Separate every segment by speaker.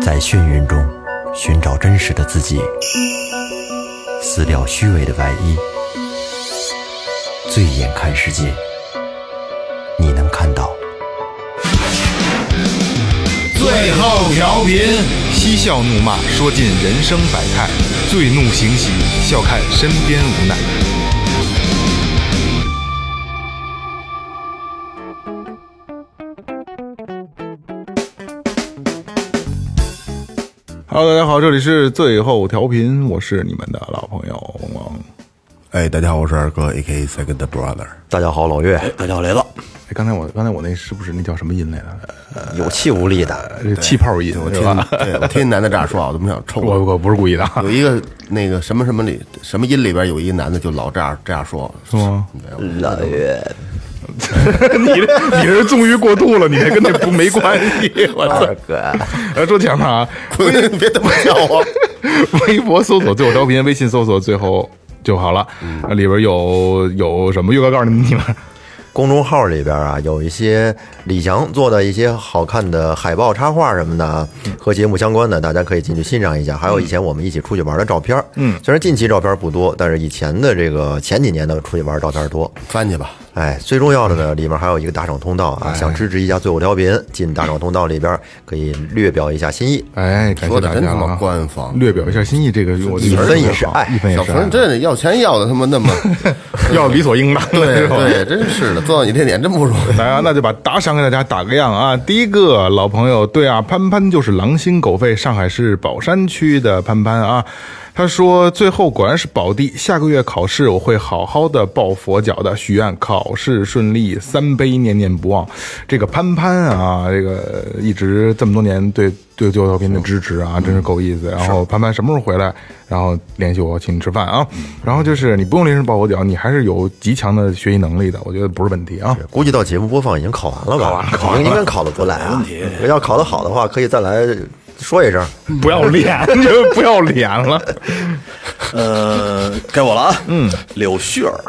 Speaker 1: 在眩晕中寻找真实的自己，撕掉虚伪的外衣，醉眼看世界，你能看到。
Speaker 2: 最后调频，嬉笑怒骂，说尽人生百态；醉怒行喜，笑看身边无奈。Hello，大家好，这里是最后调频，我是你们的老朋友王王。
Speaker 3: 哎，大家好，我是二哥，A K Second Brother。
Speaker 1: 大家好，老岳，
Speaker 4: 大家好，雷子，
Speaker 2: 哎，刚才我刚才我那是不是那叫什么音来着？
Speaker 1: 有气无力的，
Speaker 2: 呃气泡音
Speaker 3: 我
Speaker 2: 是
Speaker 3: 听
Speaker 2: 吧？，
Speaker 3: 对我听男的这样说啊，我怎么想抽
Speaker 2: 我我不是故意的啊，
Speaker 3: 有一个那个什么什么里什么音里边有一男的就老这样这样说，
Speaker 2: 是吗？
Speaker 1: 老岳，
Speaker 2: 你这 你这是纵欲过度了，你这跟那不没关系。我操！
Speaker 1: 哥，
Speaker 2: 来说前面啊，
Speaker 3: 别他妈叫我。
Speaker 2: 微博搜索最后调频，微信搜索最后就好了。那里边有有什么？月哥告诉你们，
Speaker 1: 公众号里边啊，有一些李翔做的一些好看的海报、插画什么的啊，和节目相关的，大家可以进去欣赏一下。还有以前我们一起出去玩的照片，嗯，虽然近期照片不多，但是以前的这个前几年的出去玩照片多。
Speaker 3: 翻去吧，
Speaker 1: 哎，最重要的呢，里面还有一个打赏通道啊，想支持一下最后调频，进打赏通道里边可以略表一下心意。
Speaker 2: 哎，感谢
Speaker 3: 说得
Speaker 2: 大
Speaker 3: 真
Speaker 2: 家
Speaker 3: 他
Speaker 2: 了
Speaker 3: 妈
Speaker 2: 啊！
Speaker 3: 官方
Speaker 2: 略表一下心意，这个我
Speaker 1: 一分也是爱
Speaker 2: 一分也
Speaker 3: 小
Speaker 2: 是爱
Speaker 3: 冯，真的要钱要的他妈那么，
Speaker 2: 要理所应当的，
Speaker 3: 对
Speaker 2: 是吧
Speaker 3: 对，真是的，做到你这点真不容 易。
Speaker 2: 来啊，那就把打赏给大家打个样啊。第一个老朋友，对啊，潘潘就是狼心狗肺，上海市宝山区的潘潘啊。他说：“最后果然是宝弟，下个月考试我会好好的抱佛脚的，许愿考试顺利，三杯念念不忘。”这个潘潘啊，这个一直这么多年对对 最后调频的支持啊，真是够意思。然后潘潘什么时候回来，然后联系我请你吃饭啊。然后就是你不用临时抱佛脚，你还是有极强的学习能力的，我觉得不是问题啊。
Speaker 1: 估计到节目播放已经考完了吧？考完，考完应该考得不赖啊。要考得好的话，可以再来说一声。
Speaker 2: 不要脸，就不要脸了。
Speaker 4: 呃，该我了啊，嗯，柳絮儿，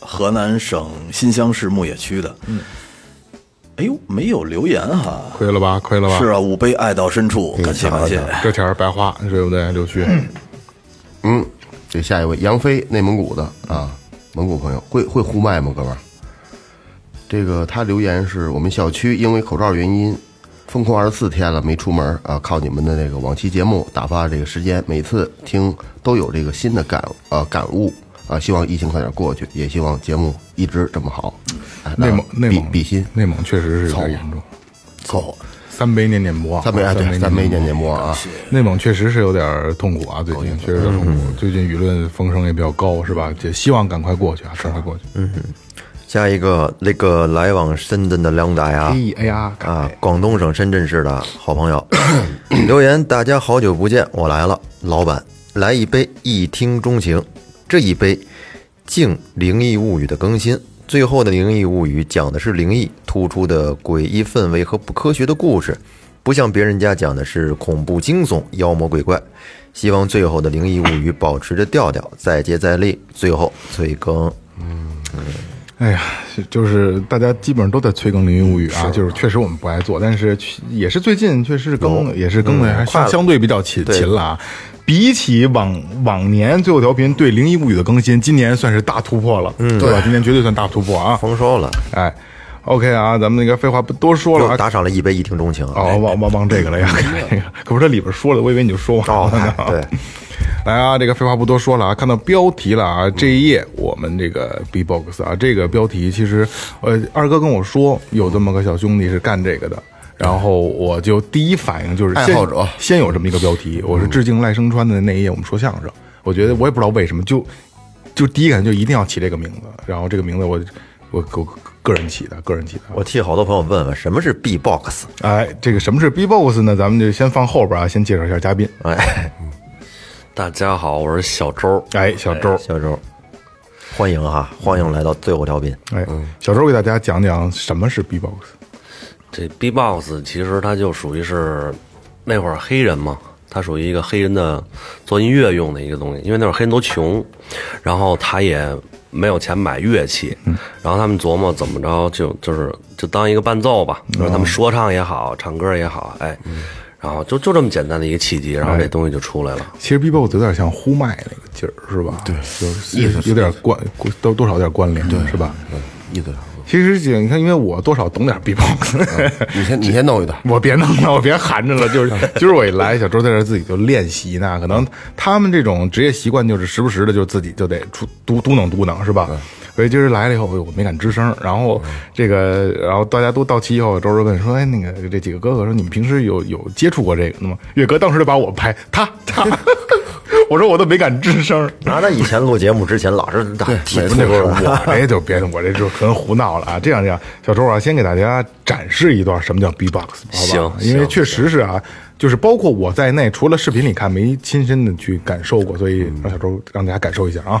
Speaker 4: 河南省新乡市牧野区的，嗯，哎呦，没有留言哈，
Speaker 2: 亏了吧，亏了吧。
Speaker 4: 是啊，吾辈爱到深处，感谢感谢，
Speaker 2: 这钱儿白花，对不对，刘旭？
Speaker 3: 嗯，这下一位杨飞，内蒙古的啊，蒙古朋友会会呼麦吗，哥们儿？这个他留言是我们小区因为口罩原因封控二十四天了，没出门啊，靠你们的那个往期节目打发这个时间，每次听都有这个新的感呃感悟啊，希望疫情快点过去，也希望节目一直这么好。哎
Speaker 2: 内蒙
Speaker 3: 那
Speaker 2: 内蒙
Speaker 3: 比比心，
Speaker 2: 内蒙确实是有点严重，
Speaker 3: 够
Speaker 2: 三杯念念不忘，
Speaker 3: 三杯啊，对，三杯念念不忘啊，
Speaker 2: 内蒙确实是有点痛苦啊，最近确实有点痛
Speaker 3: 嗯
Speaker 2: 苦。最近舆论风声也比较高，是吧？也希望赶快过去啊，赶快过去。
Speaker 1: 下一个，那个来往深圳的靓仔啊，
Speaker 2: 哎哎呀，
Speaker 1: 啊，广东省深圳市的好朋友留言：大家好久不见，我来了，老板，来一杯一听钟情，这一杯敬《灵异物语》的更新。最后的《灵异物语》讲的是灵异，突出的诡异氛围和不科学的故事，不像别人家讲的是恐怖惊悚、妖魔鬼怪。希望最后的《灵异物语》保持着调调，再接再厉。最后催更，
Speaker 2: 哎呀，是就是大家基本上都在催更《灵异物语》啊，就是确实我们不爱做，但是去也是最近确实是更也是更的还
Speaker 1: 嗯快
Speaker 2: 相
Speaker 1: 了
Speaker 2: 相对比较勤
Speaker 1: 对
Speaker 2: 勤了啊。比起往往年最后调频对《灵异物语》的更新，今年算是大突破了，嗯，对吧？今年绝对算大突破啊！
Speaker 1: 丰收了，
Speaker 2: 哎，OK 啊，咱们那个废话不多说了
Speaker 1: 又
Speaker 2: 啊。
Speaker 1: 打赏了一杯一听钟情。啊
Speaker 2: 哦，忘忘忘这个了呀，这个 可不是这里边说了，我以为你就说完
Speaker 1: 哦，
Speaker 2: 了呢。
Speaker 1: 嗨对。
Speaker 2: 来啊，这个废话不多说了啊，看到标题了
Speaker 3: 嗯
Speaker 2: 啊，这一页我们这个 B-box 啊，这个标题其实，呃，二哥跟我说有这么个小兄弟是干这个的，然后我就第一反应就是
Speaker 3: 爱
Speaker 2: 先
Speaker 3: 好者
Speaker 2: 先有这么一个标题，我是致敬赖声川的那一页，我们说相声，我觉得我也不知道为什么，就就第一感觉就一定要起这个名字，然后这个名字我我我个人起的，个人起的，
Speaker 1: 我替好多朋友问问什么是 B-box，
Speaker 2: 哎，这个什么是 B-box 呢？咱们就先放后边啊，先介绍一下嘉宾。
Speaker 1: 哎，
Speaker 5: 大家好，我是小周。
Speaker 2: 哎，小周，
Speaker 1: 小周，欢迎哈，欢迎来到最后调频。
Speaker 2: 哎，小周给大家讲讲什么是 B-box。
Speaker 5: 这 B-box 其实它就属于是那会儿黑人嘛，它属于一个黑人的做音乐用的一个东西，因为那会儿黑人都穷，然后他也没有钱买乐器，
Speaker 2: 嗯
Speaker 5: 然后他们琢磨怎
Speaker 2: 嗯
Speaker 5: 么着就就是就当一个伴奏吧，就是他们说唱也好，唱歌也好，哎，然后就就这么简单的一个契机，然后
Speaker 2: 哎
Speaker 5: 这东西就出来了。
Speaker 2: 其实 B-box 有点像呼麦那个劲儿，是吧？对，就是意思有点关，都多少有点关联，对，是吧？
Speaker 3: 意思上。
Speaker 2: 其实姐，你看，因为我多少懂点 B-box，
Speaker 3: 你先你先弄一段，
Speaker 2: 我别弄了，我别含着了。就是今儿我一来，小周在这儿自己就练习呢。可能他们这种职业习惯就是时不时的就自己就得出嘟嘟囔嘟囔，是吧？所以今儿来了以后，哎呦我没敢吱声。然后这个，然后大家都到齐以后，周周问说：“哎，那个这几个哥哥说，你们平时有有接触过这个的吗？”岳哥当时就把我拍他他， 我说我都没敢吱声。
Speaker 1: 拿着以前录节目之前老是打提
Speaker 2: 那
Speaker 1: 吐
Speaker 2: 不是
Speaker 1: 了，
Speaker 2: 我这就别，我这就纯胡闹了啊！这样这样，小周啊，先给大家展示一段什么叫 B-box，好吧
Speaker 5: 行？
Speaker 2: 因为
Speaker 5: 行
Speaker 2: 确实是啊，就是包括我在内，除了视频里看，没亲身的去感受过，所以让小周让大家感受一下啊。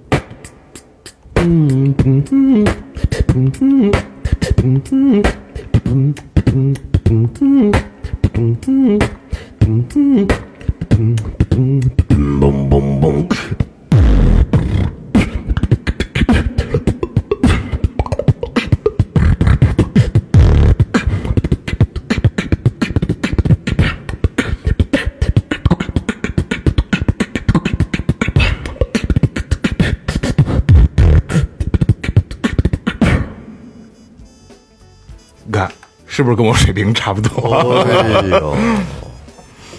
Speaker 2: 你看是不是跟我水平差不多？
Speaker 1: 哎呦，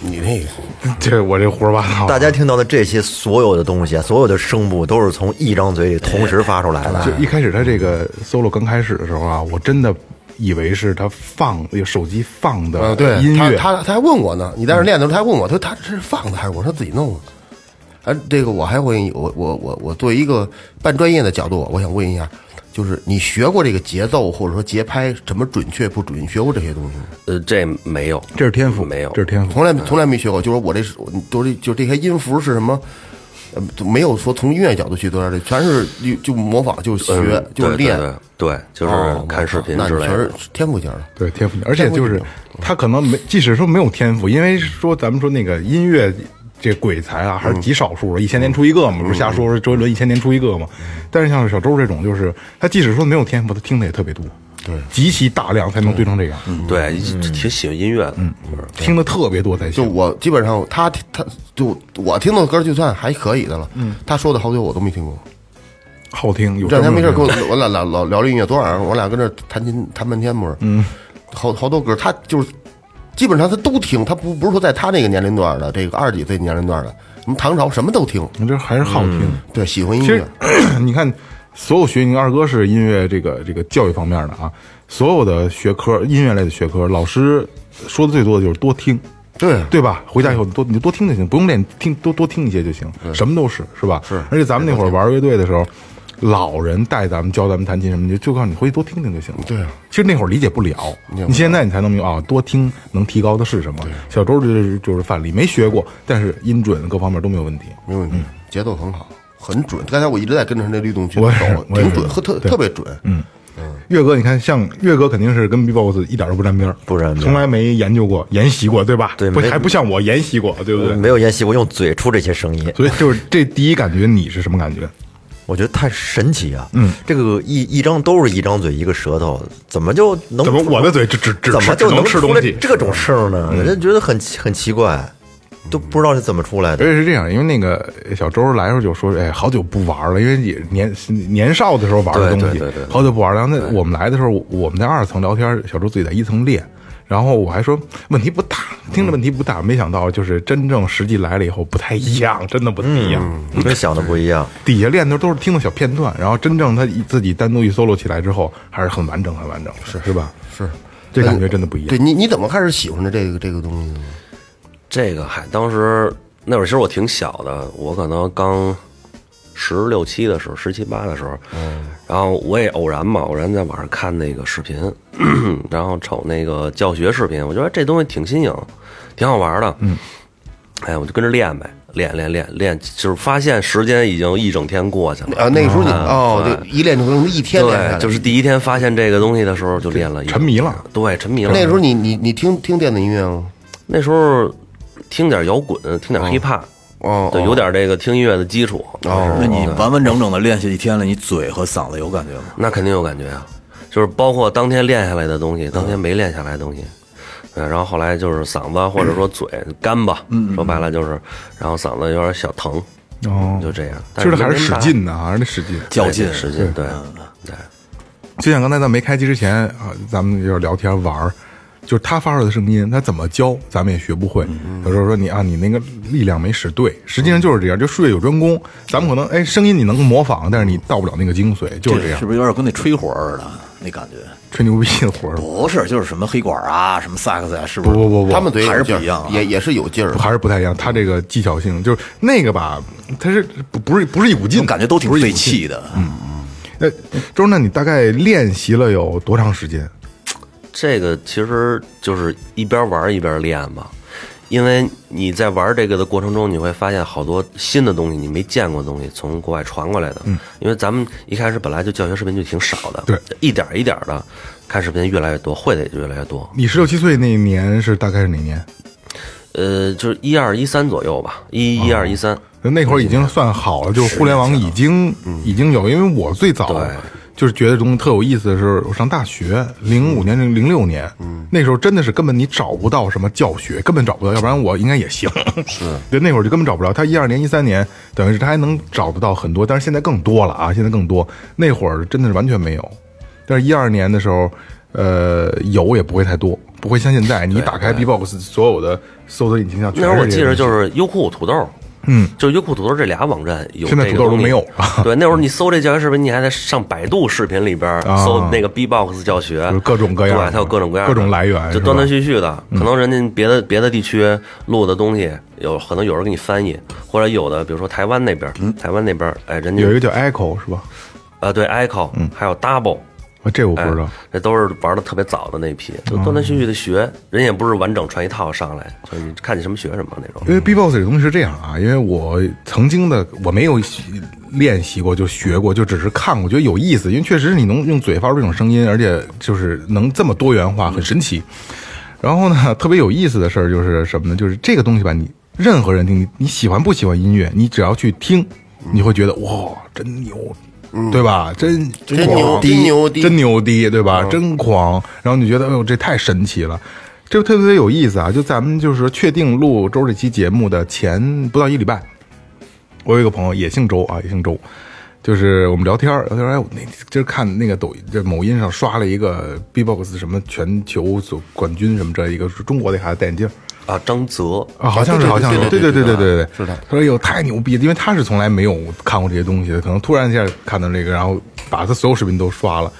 Speaker 3: 你那个
Speaker 2: 这我这胡说八道啊，
Speaker 1: 大家听到的这些所有的东西，啊所有的声部都是从一张嘴里同时发出来
Speaker 2: 就
Speaker 1: 的。
Speaker 2: 一开始他这个 solo 刚开始的时候啊，我真的以为是他放手机放
Speaker 3: 啊，
Speaker 2: 的
Speaker 3: 对，
Speaker 2: 音乐，
Speaker 3: 他他他还问我呢，你在这练的时候他还问我，他说他这是放的还是我说自己弄的？哎，这个我还会，我我我我作为一个半专业的角度，我想问一下，就是你学过这个节奏或者说节拍怎么准确不准？你学过这些东西吗？
Speaker 5: 呃，这没有，
Speaker 2: 这是天赋，
Speaker 5: 没有
Speaker 2: 这是天赋。
Speaker 3: 从
Speaker 5: 嗯
Speaker 3: 来从来没学过，就是我这是我都是就这些音符是什么？呃，都没有说从音乐角度去多少这，全是就就模仿，就学，
Speaker 5: 嗯
Speaker 3: 就是练，
Speaker 5: 对对对，对就是
Speaker 3: 哦
Speaker 5: 看视频
Speaker 3: 那
Speaker 5: 之
Speaker 3: 你
Speaker 5: 类
Speaker 3: 全
Speaker 5: 的
Speaker 3: 是。天赋型的。
Speaker 2: 对天赋，而且就是他可能没，即使说没有天赋，因为说咱们说那个音乐这鬼才啊，还是极少数，一千年出一个嘛，不是瞎说说周杰伦一千年出一个嘛。但是像小周这种，就是他即使说没有天赋，他听的也特别多，对，极其大量才能堆成这样，
Speaker 5: 对，
Speaker 3: 嗯
Speaker 5: 挺喜欢音乐的，就是
Speaker 2: 听的特别多才
Speaker 3: 就
Speaker 2: 行。
Speaker 3: 我基本上他他就我听到的歌就算还可以的了，嗯，他说的好久我都没听过。
Speaker 2: 好听，有
Speaker 3: 这两天没事
Speaker 2: 专
Speaker 3: 跟
Speaker 2: 门
Speaker 3: 我我俩老老聊这音乐，昨晚上我俩跟这弹琴弹半天不是，嗯，好好多歌他就是基本上他都听，他不不是说在他那个年龄段的这个二十几岁年龄段的，什么唐朝什么都听，
Speaker 2: 的，这还是好听。
Speaker 3: 对，喜欢音
Speaker 2: 其实
Speaker 3: 乐，
Speaker 2: 你看，所有学你二哥是音乐这个这个教育方面的啊，所有的学科音乐类的学科，老师说的最多的就是多听，
Speaker 3: 对
Speaker 2: 对吧？回家以后多你就多听就行，不用练听多多听一些就行，什么都是是吧？是。而且咱们那会儿玩乐队的时候。老人带咱们教咱们弹琴什么的，就告诉你回去多听听就行了。
Speaker 3: 对啊，
Speaker 2: 其实那会儿理解不了，你现在你才能明白啊，多听能提高的是什么。小周就是就是范例，没学过，但是音准各方面都没有问题。
Speaker 3: 没问题，
Speaker 2: 嗯
Speaker 3: 节奏很好，很准。刚才我一直在跟着他那律动去
Speaker 2: 我
Speaker 3: 走
Speaker 2: 也是，我也
Speaker 3: 挺
Speaker 2: 是
Speaker 3: 准，特特
Speaker 2: 对
Speaker 3: 特别准，嗯，
Speaker 2: 岳哥，你看，像岳哥肯定是跟 B-box 一点都不沾边儿，
Speaker 1: 不沾边儿
Speaker 2: 从来没研究过、研习过，对吧？
Speaker 1: 对
Speaker 2: 不
Speaker 1: 没
Speaker 2: 还不像我研习过，对不对？
Speaker 1: 嗯没有研习，我用嘴出这些声音，
Speaker 2: 所以就是这第一感觉，你是什么感觉？
Speaker 1: 我觉得太神奇啊！嗯，这个一一张都是一张嘴一个舌头， 怎么就能
Speaker 2: 怎么我的嘴只只只
Speaker 1: 怎
Speaker 2: 吃
Speaker 1: 么
Speaker 2: 只
Speaker 1: 就
Speaker 2: 能
Speaker 1: 能
Speaker 2: 吃
Speaker 1: 出
Speaker 2: 东
Speaker 1: 来
Speaker 2: 西？嗯
Speaker 1: 这种声呢？人家觉得很奇很奇怪，都不知道是怎么出来
Speaker 2: 而
Speaker 1: 的。
Speaker 2: 且是这样，因为那个小周来的时候就说：“哎，好久不玩了，因为也年年少的时候玩的东西，
Speaker 5: 对对对对
Speaker 2: 好久不玩了。”然后那我们来的时候，我我们在二层聊天，小周自己在一层练。然后我还说问题不大，听着问题不大，没想到就是真正实际来了以后不太一样，真的不太一样。
Speaker 1: 跟想的不一样，
Speaker 2: 底下练的都是听的小片段，然后真正他一自己单独一 solo 起来之后，还是很完整，很完整，是是吧？
Speaker 3: 是。
Speaker 2: 这感觉真的不一
Speaker 3: 对
Speaker 2: 样。
Speaker 3: 你你怎么开始喜欢的这个这个东西的呢？
Speaker 5: 这个还当时那会儿其实我挺小的，我可能刚十六七的时候，十七八的时候，
Speaker 3: 嗯
Speaker 5: 然后我也偶然嘛，偶然在网上看那个视频， 然后瞅那个教学视频，我觉得这东西挺新颖，挺好玩的，嗯，哎，我就跟着练呗，练练练练，就是发现时间已经一整天过去了。
Speaker 3: 啊，那个时候你哦，就一练就能一天练下来
Speaker 5: 对，，就是第一天发现这个东西的时候就练了一个，
Speaker 2: 沉迷了。
Speaker 5: 对，沉迷了。
Speaker 3: 那时候你你你听听电子音乐吗？
Speaker 5: 那时候听点摇滚，听点 hiphop，
Speaker 3: 哦
Speaker 5: 对，有点这个听音乐的基础。哦，
Speaker 4: 那你完完整整的练习一天了，你嘴和嗓子有感觉吗？
Speaker 5: 那肯定有感觉啊，就是包括当天练下来的东西，当天没练下来的东西。嗯，然后后来就是嗓子或者说嘴干吧，
Speaker 2: 嗯
Speaker 5: 说白了就是，然后嗓子有点小疼，
Speaker 2: 哦
Speaker 5: 就这样。但
Speaker 2: 就是还是使
Speaker 5: 没办法
Speaker 2: 劲呢，还是得使劲。嗯
Speaker 4: 较劲
Speaker 5: 对使劲，对对，
Speaker 2: 就像刚才咱没开机之前啊，咱们就是聊天玩儿，就是他发出来的声音，他怎么教咱们也学不会。
Speaker 3: 嗯
Speaker 2: 有时候说你啊，你那个力量没使对，实际上就是这样，就术业有专攻。咱们可能哎，声音你能模仿，但是你到不了那个精髓，就是这样
Speaker 4: 是。不是有点跟那吹火似的那感觉？
Speaker 2: 吹牛逼的活儿，
Speaker 4: 不是，就是什么黑管啊，什么萨克斯啊，是不
Speaker 2: 不
Speaker 4: 是？
Speaker 2: 不不不，
Speaker 3: 他们嘴
Speaker 4: 还是不
Speaker 3: 有劲儿
Speaker 4: 一样啊
Speaker 3: 也也是有劲儿的。
Speaker 2: 还是不太一样。他这个技巧性就是那个吧，他是不不是不是一股劲，
Speaker 4: 我感觉都挺
Speaker 2: 不是一
Speaker 4: 费
Speaker 2: 股劲。
Speaker 4: 气的。嗯，
Speaker 2: 那周，那你大概练习了有多长时间？
Speaker 5: 这个其实就是一边玩一边练吧，因为你在玩这个的过程中，你会发现好多新的东西，你没见过的东西从国外传过来的。嗯，因为咱们一开始本来就教学视频就挺少的，
Speaker 2: 对，
Speaker 5: 一点儿一点的看视频越来越多，会的也就越来越多。
Speaker 2: 你十六七岁那年是大概是哪年？
Speaker 5: 呃，就是一二一三左右吧，一一二一三，
Speaker 2: 那会儿已经算好了，就是互联网已经已经有，因为我最早
Speaker 5: 嗯对
Speaker 2: 就是觉得东西特有意思的时候，我上大学零五年零零六年，
Speaker 5: 嗯
Speaker 2: 那时候真的是根本你找不到什么教学，根本找不到，要不然我应该也行。是， 对，那会儿就根本找不着。他一二年一三年，等于是他还能找得到很多，但是现在更多了啊，现在更多。那会儿真的是完全没有，但是一二年的时候，呃，有也不会太多。不会像现在，你一打开 B-box 所有的搜索引擎上全
Speaker 5: 那
Speaker 2: 是
Speaker 5: 会儿我
Speaker 2: 这些
Speaker 5: 记
Speaker 2: 东
Speaker 5: 着
Speaker 2: 西
Speaker 5: 就是优酷、土豆，嗯，就是优酷、土豆这俩网站有这
Speaker 2: 现在
Speaker 5: 个
Speaker 2: 土豆都
Speaker 5: 东西
Speaker 2: 没有了
Speaker 5: 对，那会儿你搜这教学视频，你还得上百度视频里边儿
Speaker 2: 啊
Speaker 5: 搜那个 B-box 教学
Speaker 2: 就是，各种各样的
Speaker 5: 对，它有各种各样的
Speaker 2: 各种来源
Speaker 5: 就是
Speaker 2: 吧嗯
Speaker 5: 断断续续的。可能人家别的别的地区录的东西，有可能有人给你翻译，或者有的比如说台湾那边儿，台湾那边儿，哎，人家
Speaker 2: 嗯有一个叫 Echo 是吧？
Speaker 5: 啊，对，Echo，还有 Double。
Speaker 2: 啊，这我不
Speaker 5: 哎
Speaker 2: 知道。
Speaker 5: 这都是玩的特别早的那一批，就断断续续的学，人也不是完整传一套上来，就是你看你什么学什么那种。
Speaker 2: 因为 B-box 这东西是这样啊，因为我曾经的我没有习练习过，就学过，就只是看过，觉得有意思。因为确实是你能用嘴发出这种声音，而且就是能这么多元化，很神奇。然后呢，特别有意思的事儿就是什么呢？就是这个东西吧，你任何人听，你你喜欢不喜欢音乐，你只要去听，
Speaker 3: 嗯
Speaker 2: 你会觉得哇，真牛，对吧？真
Speaker 3: 真
Speaker 2: 狂
Speaker 3: 牛真牛嗯逼
Speaker 2: 真牛逼，对吧？真狂，然后你觉得，哎呦，这太神奇了。这个特别有意思啊！就咱们就是确定录周这期节目的前不到一礼拜，我有一个朋友也姓周啊，也姓周，就是我们聊天儿，聊天儿哎，我那今儿看那个抖音，这某音上刷了一个 B-box 什么全球总冠军什么这一个是中国的孩子戴眼镜儿
Speaker 5: 啊，张泽，
Speaker 2: 啊，好像是，好像是，对
Speaker 3: 对
Speaker 2: 对对
Speaker 3: 对对
Speaker 2: 对对对，
Speaker 3: 是的
Speaker 2: 他说哟，太牛逼了，因为他是从来没有看过这些东西的，可能突然一下看到这个，然后把他所有视频都刷了，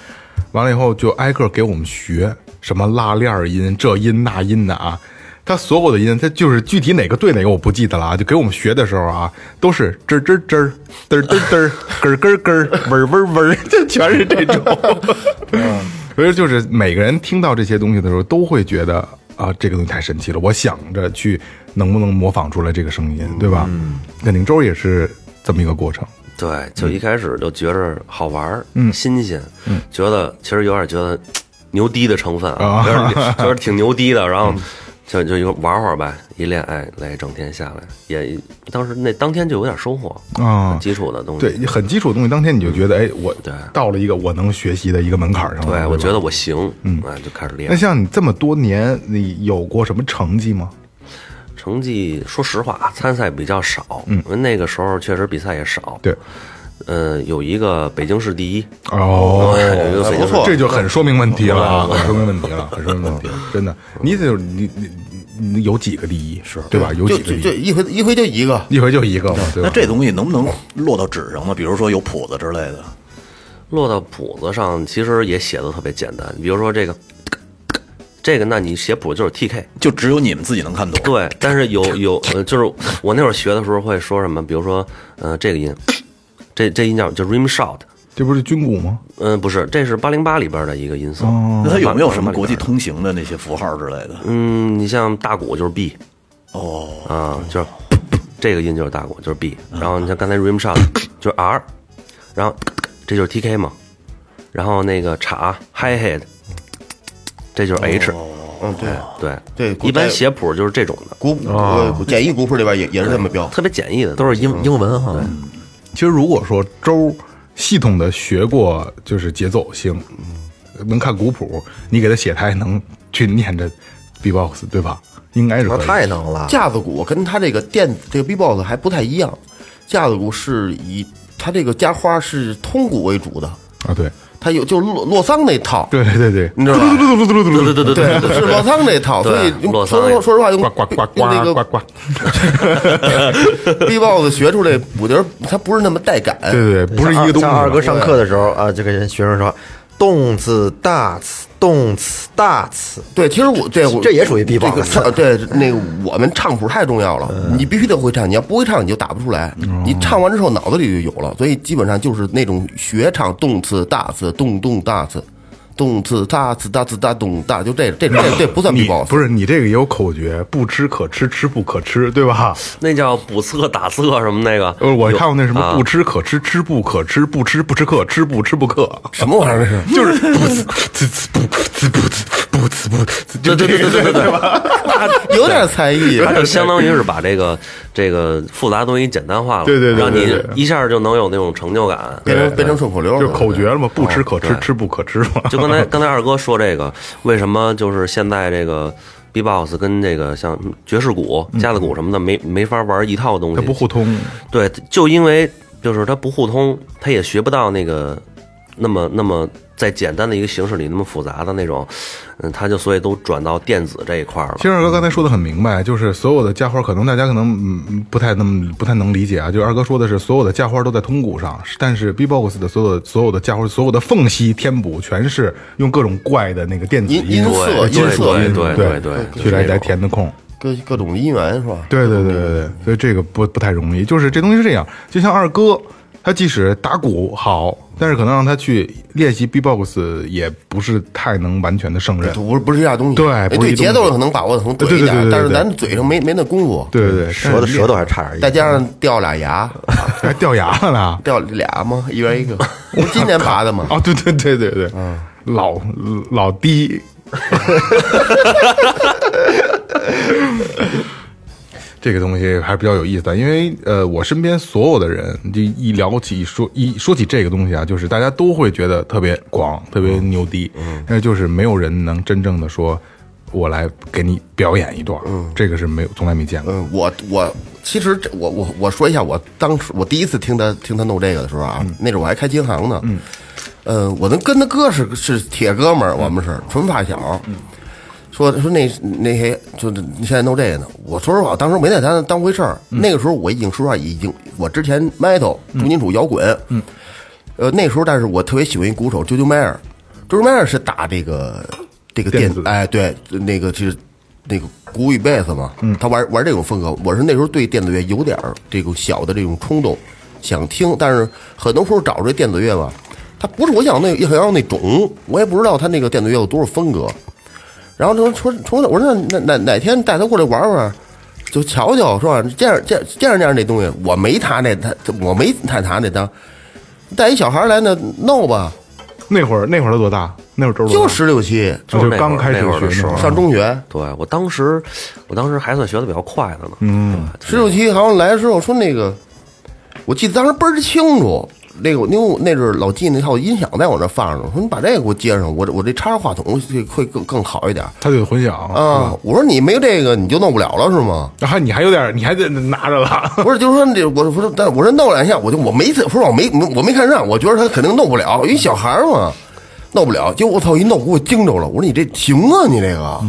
Speaker 2: 完了以后就挨个给我们学什么拉链儿音、这音那音的啊。他所有的音，他就是具体哪个对哪个我不记得了啊，就给我们学的时候啊，都是吱吱吱、嘚嘚嘚、咯儿咯儿咯儿、嗡儿嗡儿嗡儿，这全是这种。所以就是每个人听到这些东西的时候，都会觉得啊、这个东西太神奇了。我想着去能不能模仿出来这个声音，对吧？肯定周也是这么一个过程。
Speaker 5: 对，就一开始就觉着好玩儿，嗯，新鲜，嗯，觉得其实有点觉得嘖牛逼的成分啊，嗯有 点觉得挺牛逼的，然后就就一个玩会儿呗，一练哎，来一整天下来，也当时那当天就有点收获
Speaker 2: 啊
Speaker 5: 基础的东西。
Speaker 2: 对，很基础的东西，当天你就觉得，哎，我
Speaker 5: 嗯对
Speaker 2: 到了一个我能学习的一个门槛上了。
Speaker 5: 对，
Speaker 2: 对，
Speaker 5: 我觉。得我行，啊嗯，哎，就开始
Speaker 2: 那
Speaker 5: 练。
Speaker 2: 像你这么多年，你有过什么成绩吗？
Speaker 5: 成绩说实话，啊参赛比较少，嗯，因为那个时候确实比赛也少，
Speaker 2: 对，
Speaker 5: 呃，有一个北京市第一，
Speaker 2: 哦
Speaker 5: 有一个北京市
Speaker 2: 这就很说明问题了啊，很说明问题了，很说明问题了，真的。你得有你你你你有几个第一是对吧？有
Speaker 3: 就
Speaker 2: 几个
Speaker 3: 就
Speaker 2: 第
Speaker 3: 就
Speaker 2: 一？
Speaker 3: 一回一回就一个，
Speaker 2: 一回就一个嘛，对吧
Speaker 4: 那？这东西能不能落到纸上呢？比如说有谱子之类的，
Speaker 5: 落到谱子上，其实也写的特别简单。比如说这个，这个，那你写谱就是 T K。
Speaker 4: 就只有你们自己能看懂。
Speaker 5: 对，但是有有呃，就是我那会儿学的时候会说什么，比如说，呃，这个音，这这音叫叫 rim shot，
Speaker 2: 这不是军鼓吗？
Speaker 5: 嗯、不是，这是八零八里边的一个音色。
Speaker 4: 哦那它有没有什么国际通行的那些符号之类的？
Speaker 5: 嗯，你像大鼓就是 B，
Speaker 4: 哦，
Speaker 5: 啊，就是这个音就是大鼓，就是 B。然后你像刚才 rim shot 就是 R，然后这就是 TK 嘛，然后那个镲 hi head 这就是 H，
Speaker 3: 嗯，对，
Speaker 5: 对
Speaker 3: 对古
Speaker 5: 一般
Speaker 3: 代
Speaker 5: 写谱就是这种的，
Speaker 3: 古谱
Speaker 2: 啊
Speaker 3: 呃简易古谱里边也也是这么标，
Speaker 5: 特别简易的
Speaker 1: 都是英英文哈。
Speaker 2: 其实如果说周系统的学过就是节奏型，能看古谱，你给他写他也能去念着 B-box 对吧？应该是
Speaker 1: 那
Speaker 2: 可以
Speaker 1: 太能了，
Speaker 3: 架子鼓跟它这个电子这个 B-box 还不太一样，架子鼓是以它这个加花是通鼓为主的，
Speaker 2: 啊，对
Speaker 3: 它有就洛洛桑那套，
Speaker 2: 对对对对，
Speaker 3: 你知道吧？
Speaker 5: 对对对对对
Speaker 3: 是洛桑那套，所以
Speaker 5: 对
Speaker 3: 用
Speaker 5: 洛桑
Speaker 3: 说说说实话，用
Speaker 2: 呱呱呱
Speaker 3: 用那
Speaker 2: 呱呱
Speaker 3: 个
Speaker 2: 呱，
Speaker 3: B-box 学出来补丁儿，它不是那么带感，
Speaker 2: 对对对，不是一
Speaker 1: 像
Speaker 2: 个东西
Speaker 1: 像二哥
Speaker 2: 嘛。
Speaker 1: 上课的时候啊，就给人学生说动词大词，动词大词，
Speaker 3: 对，其实我对我
Speaker 1: 这也属于 B-box
Speaker 3: 这个唱对，那个我们唱谱太重要了，
Speaker 1: 嗯
Speaker 3: 你必须得会唱，你要不会唱你就打不出来。
Speaker 1: 哦
Speaker 3: 你唱完之后脑子里就有了，所以基本上就是那种学唱动次大次动动大次，动次大次大次大动大，就这这这这不算
Speaker 2: 你
Speaker 3: B-box，
Speaker 2: 不是你这个也有口诀，不吃可吃，吃不可吃，对吧？
Speaker 5: 那叫补测打测什么那个，
Speaker 2: 呃，我看过那什么
Speaker 5: 啊
Speaker 2: 不吃可吃，吃不可吃，不吃不吃可吃，不吃不可，
Speaker 3: 什么玩意儿这是？
Speaker 2: 就是不呲呲呲不呲不呲不呲不呲，就
Speaker 5: 对对对对对对
Speaker 3: 有点才艺，
Speaker 5: 它就相当于是把这个这个复杂东西简单化了，
Speaker 2: 对对对
Speaker 5: 让
Speaker 2: 对对
Speaker 5: 你一下就能有那种成就感。
Speaker 3: 变成变成顺口
Speaker 1: 哦
Speaker 3: 溜了，
Speaker 2: 就口诀了嘛，不吃可吃，吃不可吃嘛。
Speaker 5: 就刚才刚才二哥说这个，为什么就是现在这个 B-box 跟这个像爵士鼓、架子鼓什么的没没法玩一套东
Speaker 2: 嗯它
Speaker 5: 西？
Speaker 2: 不互通，
Speaker 5: 对，就因为就是它不互通，它也学不到那个那么那么在简单的一个形式里那么复杂的那种，嗯，它就所以都转到电子这一块儿了
Speaker 2: 其。实二哥刚才说的很明白，就是所有的架花，可能大家可能嗯嗯不太那么不太能理解啊。就二哥说的是，所有的架花都在通鼓上，但是 B-box 的所有的所有的架花，所有的缝隙填补，全是用各种怪的那个电子
Speaker 3: 音音色
Speaker 5: 对
Speaker 3: 音色
Speaker 5: 对
Speaker 3: 音
Speaker 5: 对对对
Speaker 2: 去来来填的空。
Speaker 3: 各各种音源是吧？
Speaker 2: 对对对对对，所以这个不不太容易。就是这东西是这样，就像二哥，他即使打鼓好，但是可能让他去练习 B-box 也不是太能完全的胜任。
Speaker 3: 不是不是一样东西，
Speaker 2: 对
Speaker 3: 哎
Speaker 2: 不是一
Speaker 3: 对，节
Speaker 2: 东西
Speaker 3: 奏可能把握的能
Speaker 2: 对
Speaker 3: 对
Speaker 2: 对
Speaker 3: 一点
Speaker 2: 对对，对
Speaker 3: 但是
Speaker 2: 对
Speaker 3: 咱嘴上没没那功夫，
Speaker 2: 对对对，
Speaker 1: 舌头
Speaker 2: 但是
Speaker 1: 舌头还差点
Speaker 3: 再
Speaker 1: 意思。
Speaker 3: 加上掉俩牙，
Speaker 2: 还掉牙了呢。
Speaker 3: 掉俩吗？一人一 个，不是今年拔的吗？
Speaker 2: 哦，对对对对对，老老低，这个东西还是比较有意思的，因为呃，我身边所有的人，就一聊起说一说起这个东西啊，就是大家都会觉得特别广，特别牛逼，但是就是没有人能真正的说。我来给你表演一段，这个是没有从来没见过。
Speaker 3: 嗯，我我其实这我我我说一下，我当时我第一次听他听他弄这个的时候啊，那时候我还开金行呢，嗯，呃，我能跟他哥是是铁哥们儿，我们是纯发小，说说那那谁，就你现在弄这个呢？我说实话，当时没太当当回事儿。
Speaker 2: 嗯
Speaker 3: 那个时候我已经说实话已经，我之前 metal 重金属摇滚，嗯，呃，那时候但是我特别喜欢一鼓手啾啾迈尔，啾啾迈尔是打这个这个
Speaker 2: 电
Speaker 3: 电
Speaker 2: 子的
Speaker 3: 哎对，那个就是那个鼓与贝斯嘛，嗯，他玩玩这种风格。我是那时候对电子乐有点儿这种小的这种冲动，想听，但是很多时候找这电子乐吧，它不是我想那想要那种，我也不知道他那个电子乐有多少风格。然后他说说说，我说那哪哪哪天带他过来玩玩，就瞧瞧是吧？这样这样这样这样这东西，我没他那他我没太他那当，带一小孩来那闹吧，
Speaker 2: 那会儿那会儿他多大？那会儿周多大
Speaker 3: 就十六七
Speaker 5: 就是
Speaker 2: 就
Speaker 5: 那会儿
Speaker 2: 刚开始
Speaker 5: 那会儿的
Speaker 2: 学
Speaker 5: 时
Speaker 2: 那
Speaker 5: 候
Speaker 2: 会儿
Speaker 3: 上中学，
Speaker 5: 对我当时，我当时还算学的比较快的呢。嗯，
Speaker 3: 十六七好像来的时候说那个，我记得当时倍儿清楚。那个，因为我那阵儿老记那套音响在我这放着，我说你把这个给我接上，我这我这插上话筒会会更更好一点
Speaker 2: 他就有混响啊
Speaker 3: 啊。我说你没有这个你就弄不了了是吗？
Speaker 2: 然后你啊还有点，你还得拿着了。
Speaker 3: 不是，就是说这我我说，但我说弄两下，我就我没我说我没我没看上，我觉得他肯定弄不了，因为小孩儿嘛，弄不了。结果我操一弄给我惊着了，我说你这行啊，你这个，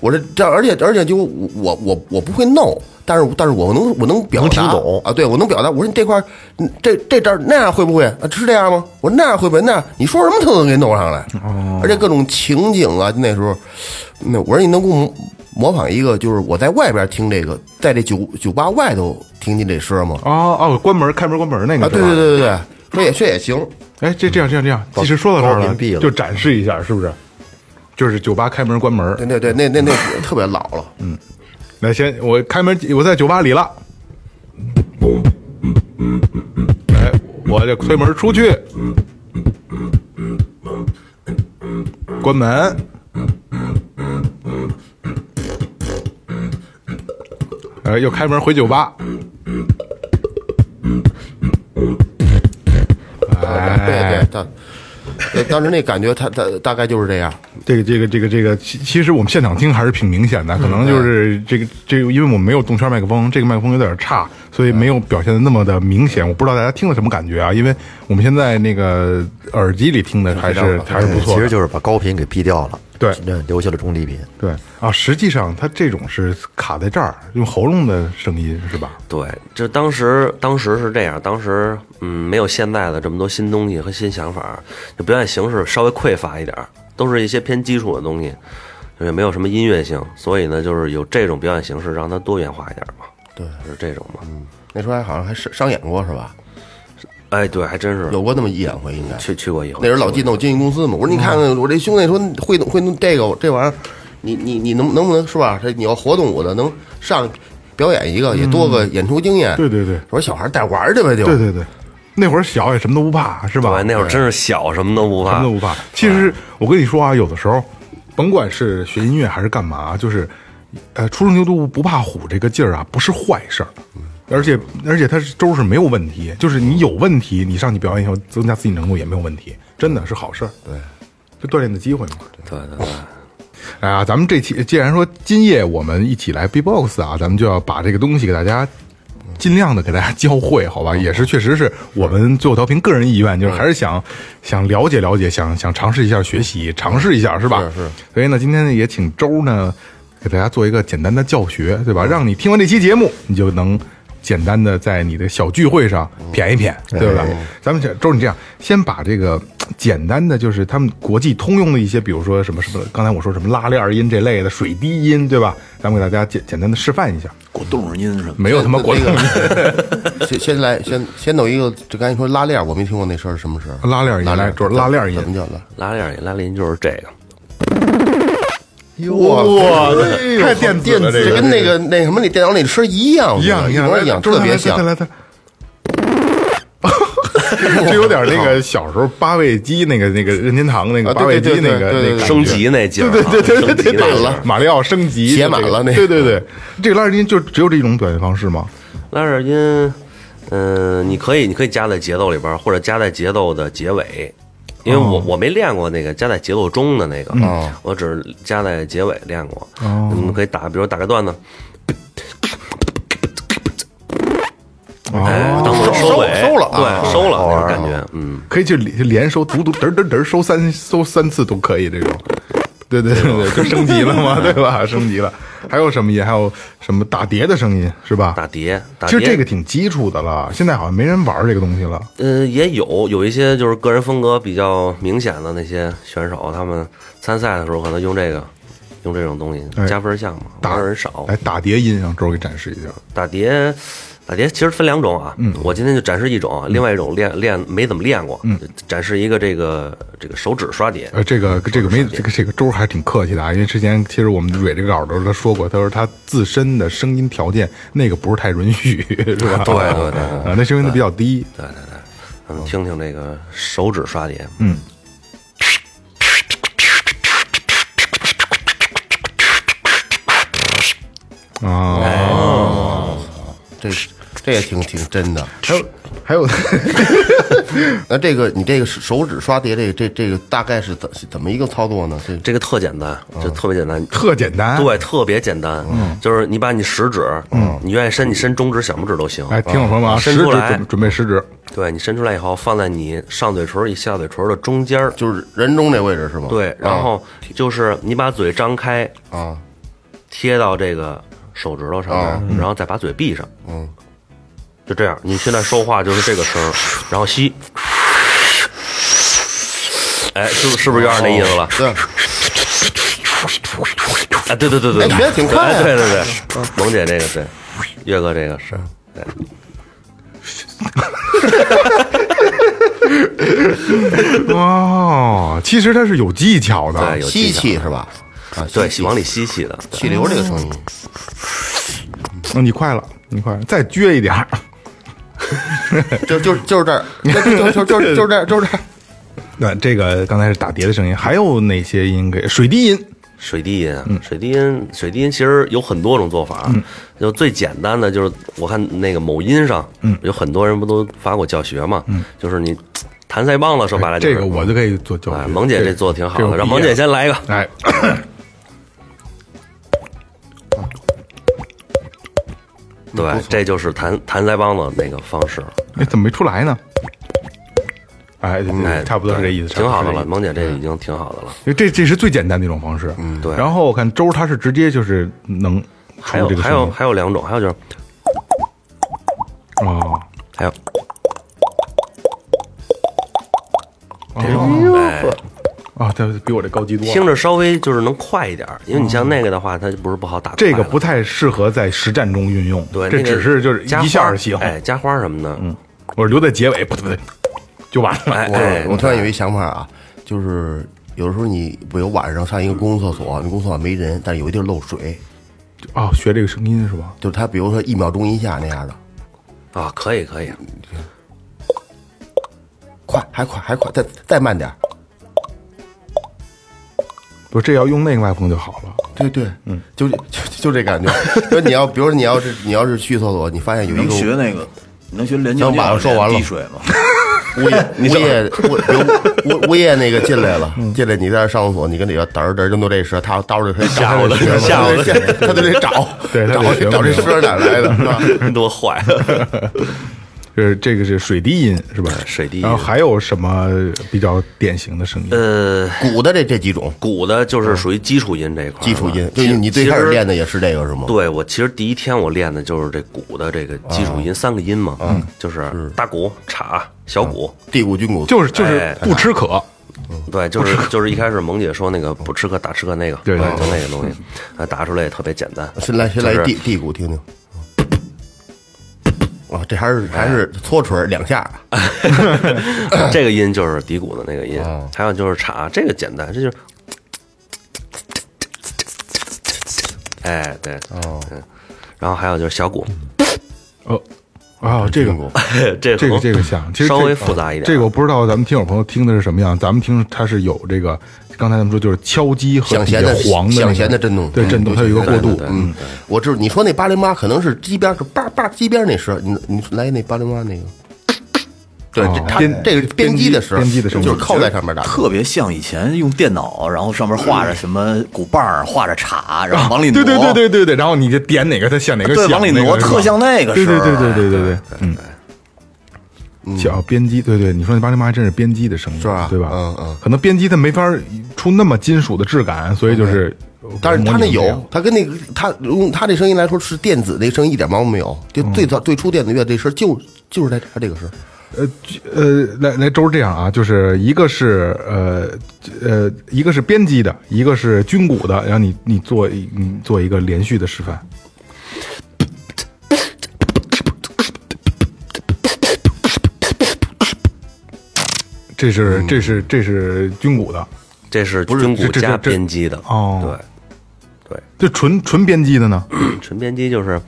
Speaker 3: 我说这而且而且就我我我我不会弄，但是但是我能我能表达
Speaker 1: 能听懂
Speaker 3: 啊，对我能表达。我说你这块儿嗯这这这儿那样会不会啊？是这样吗？我说那样会不会？那样你说什么他都能给弄上来，
Speaker 1: 哦
Speaker 3: 而且各种情景啊，那时候那我说你能给我模模仿一个，就是我在外边听这个，在这酒酒吧外头听见这诗吗？
Speaker 2: 哦哦，关门开门关门那个
Speaker 3: 啊，
Speaker 2: 是
Speaker 3: 对
Speaker 2: 吧
Speaker 3: 对对对对，说也说也行，
Speaker 2: 哎，这这样这样这样，即使说到这儿
Speaker 1: 把我
Speaker 2: 了
Speaker 1: 屏蔽，了
Speaker 2: 就展示一下，是不是？就是酒吧开门关门，
Speaker 3: 对对对，那那那特别老了，
Speaker 2: 那先我开门，我在酒吧里了。哎，我就推门出去，关门。哎，又开门回酒吧。
Speaker 1: 哎
Speaker 3: 对对，当呃当时那感觉他，他大概就是这样。
Speaker 2: 这个这个这个这个，其其实我们现场听还是挺明显的，可
Speaker 5: 嗯
Speaker 2: 能就是这个这个，因为我们没有动圈麦克风，这个麦克风有点差，所以没有表现的那么的明显。我不知道大家听了什么感觉啊，因为我们现在那个耳机里听的还是还是不错
Speaker 1: 其实
Speaker 2: 的。
Speaker 1: 就是把高频给 P 掉了，
Speaker 2: 对
Speaker 1: 那留下了中低频。
Speaker 2: 对啊，实际上它这种是卡在这儿，用喉咙的声音是吧？
Speaker 5: 对，这当时当时是这样，当时嗯没有现在的这么多新东西和新想法，就表演形式稍微匮乏一点儿，都是一些偏基础的东西，也没有什么音乐性，所以呢，就是有这种表演形式，让它多元化一点儿嘛。对，是这种嘛。
Speaker 3: 那时候还好像还商商演过是吧？
Speaker 5: 哎，对，还真是
Speaker 3: 有过那么一两回，应该。
Speaker 5: 去去过一回。
Speaker 3: 那时候老进我经纪公司嘛，我说你看看我这兄弟说会弄会弄这个这玩意儿，你你你能能不能是吧？这你要活动我的，能上表演一个，也多个演出经
Speaker 2: 嗯
Speaker 3: 验。
Speaker 2: 对对对
Speaker 3: 我说小孩带玩儿去呗，就
Speaker 2: 对对对，那会儿小也什么都不怕是吧？
Speaker 5: 对，那会儿真是小，什么都不
Speaker 2: 什
Speaker 5: 怕
Speaker 2: 么都。不怕。其实我跟你说啊，有的时候，甭管是学音乐还是干嘛，就是，呃，初生牛犊不怕虎这个劲儿啊，不是坏事儿。而且而且他是周是没有问题，就是你有问题，你上去表演以后增加自己程度也没有问题，真的是好事儿。对，就锻炼的机会嘛。
Speaker 5: 对对 对，
Speaker 2: 哎呀，咱们这期既然说今夜我们一起来 B-box 啊，咱们就要把这个东西给大家。尽量的给大家教会，好吧？也是，确实是我们最后调频个人意愿，就是还是想想了解了解，想想尝试一下学习，尝试一下，是吧？是是。所以呢，今天呢也请周呢给大家做一个简单的教学，对吧？让你听完这期节目，你就能简单的在你的小聚会上谝一谝，对吧？咱们这周，你这样先把这个简单的，就是他们国际通用的一些，比如说什么什么，刚才我说什么拉链儿音这类的水滴音，对吧？咱们给大家简简单的示范一下，
Speaker 4: 果冻音什么的。
Speaker 2: 没有他妈国
Speaker 3: 那
Speaker 2: 际
Speaker 3: 个 先先来先先弄一个，这刚才说拉链儿，我没听过那事儿是什么事儿？
Speaker 2: 拉链儿音
Speaker 3: 拉链
Speaker 2: 来就是拉链儿音
Speaker 3: 怎么叫拉？
Speaker 5: 拉链儿也拉链就是这个，
Speaker 2: 哇，太电子
Speaker 3: 哎电
Speaker 2: 了，
Speaker 3: 子
Speaker 2: 这
Speaker 3: 跟那个那什么那电脑那声一样，
Speaker 2: 一样
Speaker 3: 一
Speaker 2: 一样
Speaker 3: 模一样，特别像
Speaker 2: 来。来 来，这有点那个小时候八味鸡那个那个任天堂那
Speaker 3: 啊
Speaker 2: 个八味鸡那个那个
Speaker 5: 升级那劲儿啊，
Speaker 2: 对对对对对
Speaker 5: 升级那劲儿
Speaker 2: 对，马里奥升级
Speaker 3: 写满了那个
Speaker 2: 对对对，这个拉丁就只有这种表现方式吗？
Speaker 5: 拉点音，嗯、你可以，你可以加在节奏里边儿，或者加在节奏的结尾，因为
Speaker 2: 哦
Speaker 5: 我、我没练过那个加在节奏中的那个，
Speaker 2: 嗯
Speaker 5: 我只是加在结尾练过。
Speaker 2: 哦
Speaker 5: 你们可以打，比如打个段子，
Speaker 2: 哦
Speaker 5: 哎，当做收尾，
Speaker 3: 收收了啊
Speaker 5: 对，收了那种感觉，嗯，
Speaker 2: 可以去连连收，嘟嘟嘚儿嘚儿嘚儿收三收三次都可以这种。对对对对，就升级了嘛，对吧？升级了，还有什么音？还有什么打碟的声音是吧？
Speaker 5: 打碟，打
Speaker 2: 其
Speaker 5: 碟
Speaker 2: 实这个挺基础的了，现在好像没人玩这个东西了。
Speaker 5: 呃，也有有一些就是个人风格比较明显的那些选手，他们参赛的时候可能用这个，用这种东西
Speaker 2: 哎
Speaker 5: 加分项嘛，
Speaker 2: 打
Speaker 5: 玩的人少。
Speaker 2: 来打碟音啊让周给展示一下。
Speaker 5: 打碟，打碟其实分两种啊。嗯，我今天就展示一种啊，另外一种练练没怎么练过。嗯，展示一个这个这个手指刷碟。
Speaker 2: 呃，这个这个没这个这个周还是挺客气的啊，因为之前其实我们蕊这个稿的时候他说过，他说他自身的声音条件那个不是太允许，是吧？
Speaker 5: 对哎对对对
Speaker 2: 啊，那声音都比较低。
Speaker 5: 对对对，咱们听听这个手指刷碟。嗯，
Speaker 3: 这这也挺挺真的。
Speaker 2: 还有还有，
Speaker 3: 那这个你这个手指刷碟，这个这这个大概是怎怎么一个操作呢？这
Speaker 5: 这个特简单，这嗯特别简单。
Speaker 2: 特简单，
Speaker 5: 对，特别简单，就是你把你食指，嗯，你愿意伸，你伸中指、小拇指都行。
Speaker 2: 哎，听我朋友们啊，食
Speaker 5: 伸
Speaker 2: 指
Speaker 5: 出来
Speaker 2: 准准备食指，
Speaker 5: 对你伸出来以后，放在你上嘴唇与下嘴唇的中间儿，
Speaker 3: 就是人中这位置是吗？
Speaker 5: 对，然后就是你把嘴张开，
Speaker 3: 啊，
Speaker 5: 贴到这个手指头上面，然后再把嘴闭上，嗯，就这样。你现在说话就是这个声儿，然后吸，哎，是不是不是有点那意思了？
Speaker 3: 对，
Speaker 5: 哎，对对对对，
Speaker 3: 哎学得挺快啊
Speaker 5: 哎对对对，萌姐这个对，岳哥这个是，对
Speaker 2: 哦，其实它是有技巧的，
Speaker 5: 对有技
Speaker 3: 吸
Speaker 5: 巧
Speaker 3: 气是吧？啊，
Speaker 5: 对，
Speaker 3: 吸气
Speaker 5: 往里吸气的，对
Speaker 3: 气流这个声音，
Speaker 2: 嗯你快了，你快了，再撅一点 儿，嗯
Speaker 3: 就就就是这 儿，就就就就 就是这儿，就是这儿。
Speaker 2: 那这个刚才是打碟的声音，还有哪些音可以？水滴音，
Speaker 5: 水滴音，
Speaker 2: 嗯
Speaker 5: 啊，水滴音，水滴音其实有很多种做法，啊就最简单的就是我看那个某音上，
Speaker 2: 嗯
Speaker 5: 有很多人不都发过教学嘛，就是你弹腮帮子，说白了就是
Speaker 2: 哎这个我就可以做教学
Speaker 5: 哎，萌姐这做的挺好
Speaker 2: 这
Speaker 5: 的，
Speaker 2: 个
Speaker 5: 让萌姐先来一个，
Speaker 2: 哎，
Speaker 5: 对，这就是弹弹腮帮子那个方式，
Speaker 2: 哎，怎么没出来呢？哎，对对
Speaker 5: 哎，
Speaker 2: 差不多是这意思，
Speaker 5: 挺好
Speaker 2: 差不
Speaker 5: 的
Speaker 2: 多是这意
Speaker 5: 了，
Speaker 2: 思。嗯
Speaker 5: 萌姐这已经挺好的了。
Speaker 2: 因为这这是最简单的一种方式，嗯，
Speaker 5: 对
Speaker 2: 然后我看周儿他是直接就是能出
Speaker 5: 还有
Speaker 2: 这个
Speaker 5: 还
Speaker 2: 声
Speaker 5: 有
Speaker 2: 音
Speaker 5: 还有两种，还有就是
Speaker 2: 哦，
Speaker 5: 还有，这种哎，
Speaker 2: 啊，他比我这高级多了。
Speaker 5: 听着稍微就是能快一点儿，因为你像那个的话，它就不是不好打快
Speaker 2: 嗯这
Speaker 5: 了。
Speaker 2: 个不太适合在实战中运用，
Speaker 5: 哎对，
Speaker 2: 这
Speaker 5: 那个
Speaker 2: 只是就是
Speaker 5: 加
Speaker 2: 一下
Speaker 5: 花
Speaker 2: 儿行，
Speaker 5: 哎，加花什么的，嗯，
Speaker 2: 我留在结尾，不对不对，就完了。
Speaker 5: 哎哎
Speaker 3: 我，我突然有一想法啊，就是有时候你比如晚上上一个公共厕所，那公共厕所没人，但是有一地儿漏水，
Speaker 2: 哦，学这个声音是吧？
Speaker 3: 就是它比如说一秒钟一下那样的，
Speaker 5: 啊，可以 可以，
Speaker 3: 快还快还快，再再慢点儿。
Speaker 2: 不是，这要用那个麦克风就好了。
Speaker 3: 对对，嗯，就就就这感觉。就是你要，比如说你要是你要是去厕所，你发现有一
Speaker 4: 能
Speaker 3: 个
Speaker 4: 学那个，你能学连尿
Speaker 3: 行马
Speaker 4: 尿
Speaker 3: 上说完了
Speaker 4: 滴水吗？
Speaker 3: 物业物业物物物业那个进来了，进来你在那上厕所，你跟里边嘚儿嘚儿就弄这事，他到时候他吓我的，吓我的，他就得找，
Speaker 2: 对他
Speaker 3: 找
Speaker 2: 得学
Speaker 3: 找这
Speaker 2: 问题
Speaker 3: 声哪来的，是吧？
Speaker 5: 多坏，
Speaker 3: 啊
Speaker 2: 就是这个是水滴音是吧？
Speaker 5: 水滴音
Speaker 2: 然后还有什么比较典型的声音？
Speaker 5: 呃，
Speaker 3: 鼓的这这几种
Speaker 5: 鼓的就是属于基础音这一块儿，
Speaker 3: 基础音，
Speaker 5: 啊其
Speaker 3: 就
Speaker 5: 实
Speaker 3: 是你最开始练。
Speaker 5: 其实
Speaker 3: 的也是这个是吗？
Speaker 5: 对我其实第一天我练的就是这鼓的这个基
Speaker 3: 啊
Speaker 5: 础音三个音嘛，嗯，就是大鼓、镲、小鼓，
Speaker 3: 地鼓、军鼓，
Speaker 2: 就是就是
Speaker 5: 哎
Speaker 2: 不吃渴，啊
Speaker 3: 嗯
Speaker 5: 对，就是就是一开始萌姐说那个不吃个打吃个那个，
Speaker 2: 对对
Speaker 5: 就那个东 西，呃，打出来也特别简单。
Speaker 3: 先来先来
Speaker 5: 就是
Speaker 3: 地地鼓听听。啊，这还是还是搓锤儿两下，
Speaker 5: 这个音就是底鼓的那个音，
Speaker 3: 啊
Speaker 5: 还有就是镲，这个简单，这就是，
Speaker 3: 啊
Speaker 5: 哎，对，哦，然后还有就是小鼓，
Speaker 2: 呃，
Speaker 5: 哎
Speaker 2: 啊，这个
Speaker 5: 这
Speaker 2: 这个这个像，其实
Speaker 5: 哦稍
Speaker 2: 这
Speaker 5: 微复杂一点，啊
Speaker 2: 这个我不知道咱们听友朋友听的是什么样，咱们听它是有这个，刚才咱们说就是敲击和
Speaker 3: 响
Speaker 2: 底下
Speaker 3: 弦的
Speaker 2: 黄的那个
Speaker 3: 响弦的震动
Speaker 2: 对
Speaker 3: 嗯
Speaker 2: 震动，它有一个过渡
Speaker 5: 对，
Speaker 2: 嗯，
Speaker 3: 嗯，我知道你说那八零八可能是鸡边是叭叭鸡边那声儿，你你来那八零八那个，对，这
Speaker 2: 哦
Speaker 3: 它
Speaker 2: 编
Speaker 3: 这个
Speaker 2: 编
Speaker 3: 编
Speaker 2: 辑
Speaker 3: 击的时候，
Speaker 2: 编辑的时候
Speaker 3: 就是扣在上面打的，
Speaker 4: 特别像以前用电脑，然后上面画着什么鼓棒儿，画着叉，然后往里挪。
Speaker 2: 啊对对对对对对，然后你就点哪个，它像哪个
Speaker 4: 对
Speaker 2: 响哪个，
Speaker 4: 往里挪
Speaker 2: 是吧
Speaker 4: 特像那个
Speaker 2: 对对
Speaker 4: 声
Speaker 2: 对
Speaker 4: 儿
Speaker 2: 对对对对，嗯，小编辑，对对，你说那八零八还真是编辑的声音，
Speaker 3: 是吧
Speaker 2: 对吧？
Speaker 3: 嗯嗯，
Speaker 2: 可能编辑它没法出那么金属的质感，所以就是，
Speaker 3: 但是他
Speaker 2: 模
Speaker 3: 那
Speaker 2: 拟成这样
Speaker 3: 有，他跟那个他用他这声音来说是电子那声音一点毛病没有，就
Speaker 2: 嗯
Speaker 3: 最早最初电子乐这声就就是在他这个声，
Speaker 2: 呃呃，来来，周是这样啊，就是一个是呃呃，一个是编辑的，一个是军鼓的，然后你你做一你做一个连续的示范。这是这是这是军鼓的，
Speaker 5: 这是
Speaker 2: 不是
Speaker 5: 军鼓
Speaker 2: 这这
Speaker 5: 加
Speaker 2: 这
Speaker 5: 编辑的
Speaker 2: 哦
Speaker 5: 对
Speaker 2: 这纯纯编辑的呢？
Speaker 5: 对，纯编辑就是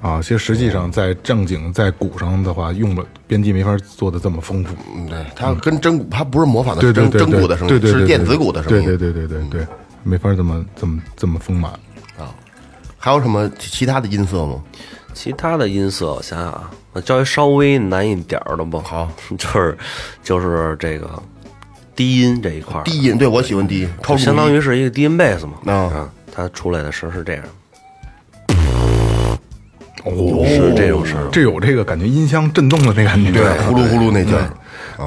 Speaker 2: 啊，其实实际上在正经在鼓上的话，用了编辑没法做的这么丰富。
Speaker 3: 嗯，对，他跟真鼓，他不是模仿的
Speaker 2: 对对
Speaker 3: 真
Speaker 2: 对，
Speaker 3: 真
Speaker 2: 对
Speaker 3: 鼓的声
Speaker 2: 对
Speaker 3: 音，
Speaker 2: 对对对
Speaker 3: 是电子鼓的声音。
Speaker 2: 对对对对对对，没法这么这么这么丰满。
Speaker 3: 还有什么其其他的音色吗？
Speaker 5: 其他的音色，我想想啊，我教一稍微难一点儿的吧。好，就是就是这个低音这一块儿，
Speaker 3: 低音，对我喜欢低音，超
Speaker 5: 就
Speaker 3: 主义
Speaker 5: 相当于是一个低音贝斯嘛。
Speaker 3: 啊
Speaker 5: 啊，它出来的声是这样，
Speaker 2: 哦，
Speaker 5: 是这种声。
Speaker 2: 这有这个感觉音箱震动的那感觉。
Speaker 3: 对呼噜呼噜那劲儿。
Speaker 5: 啊，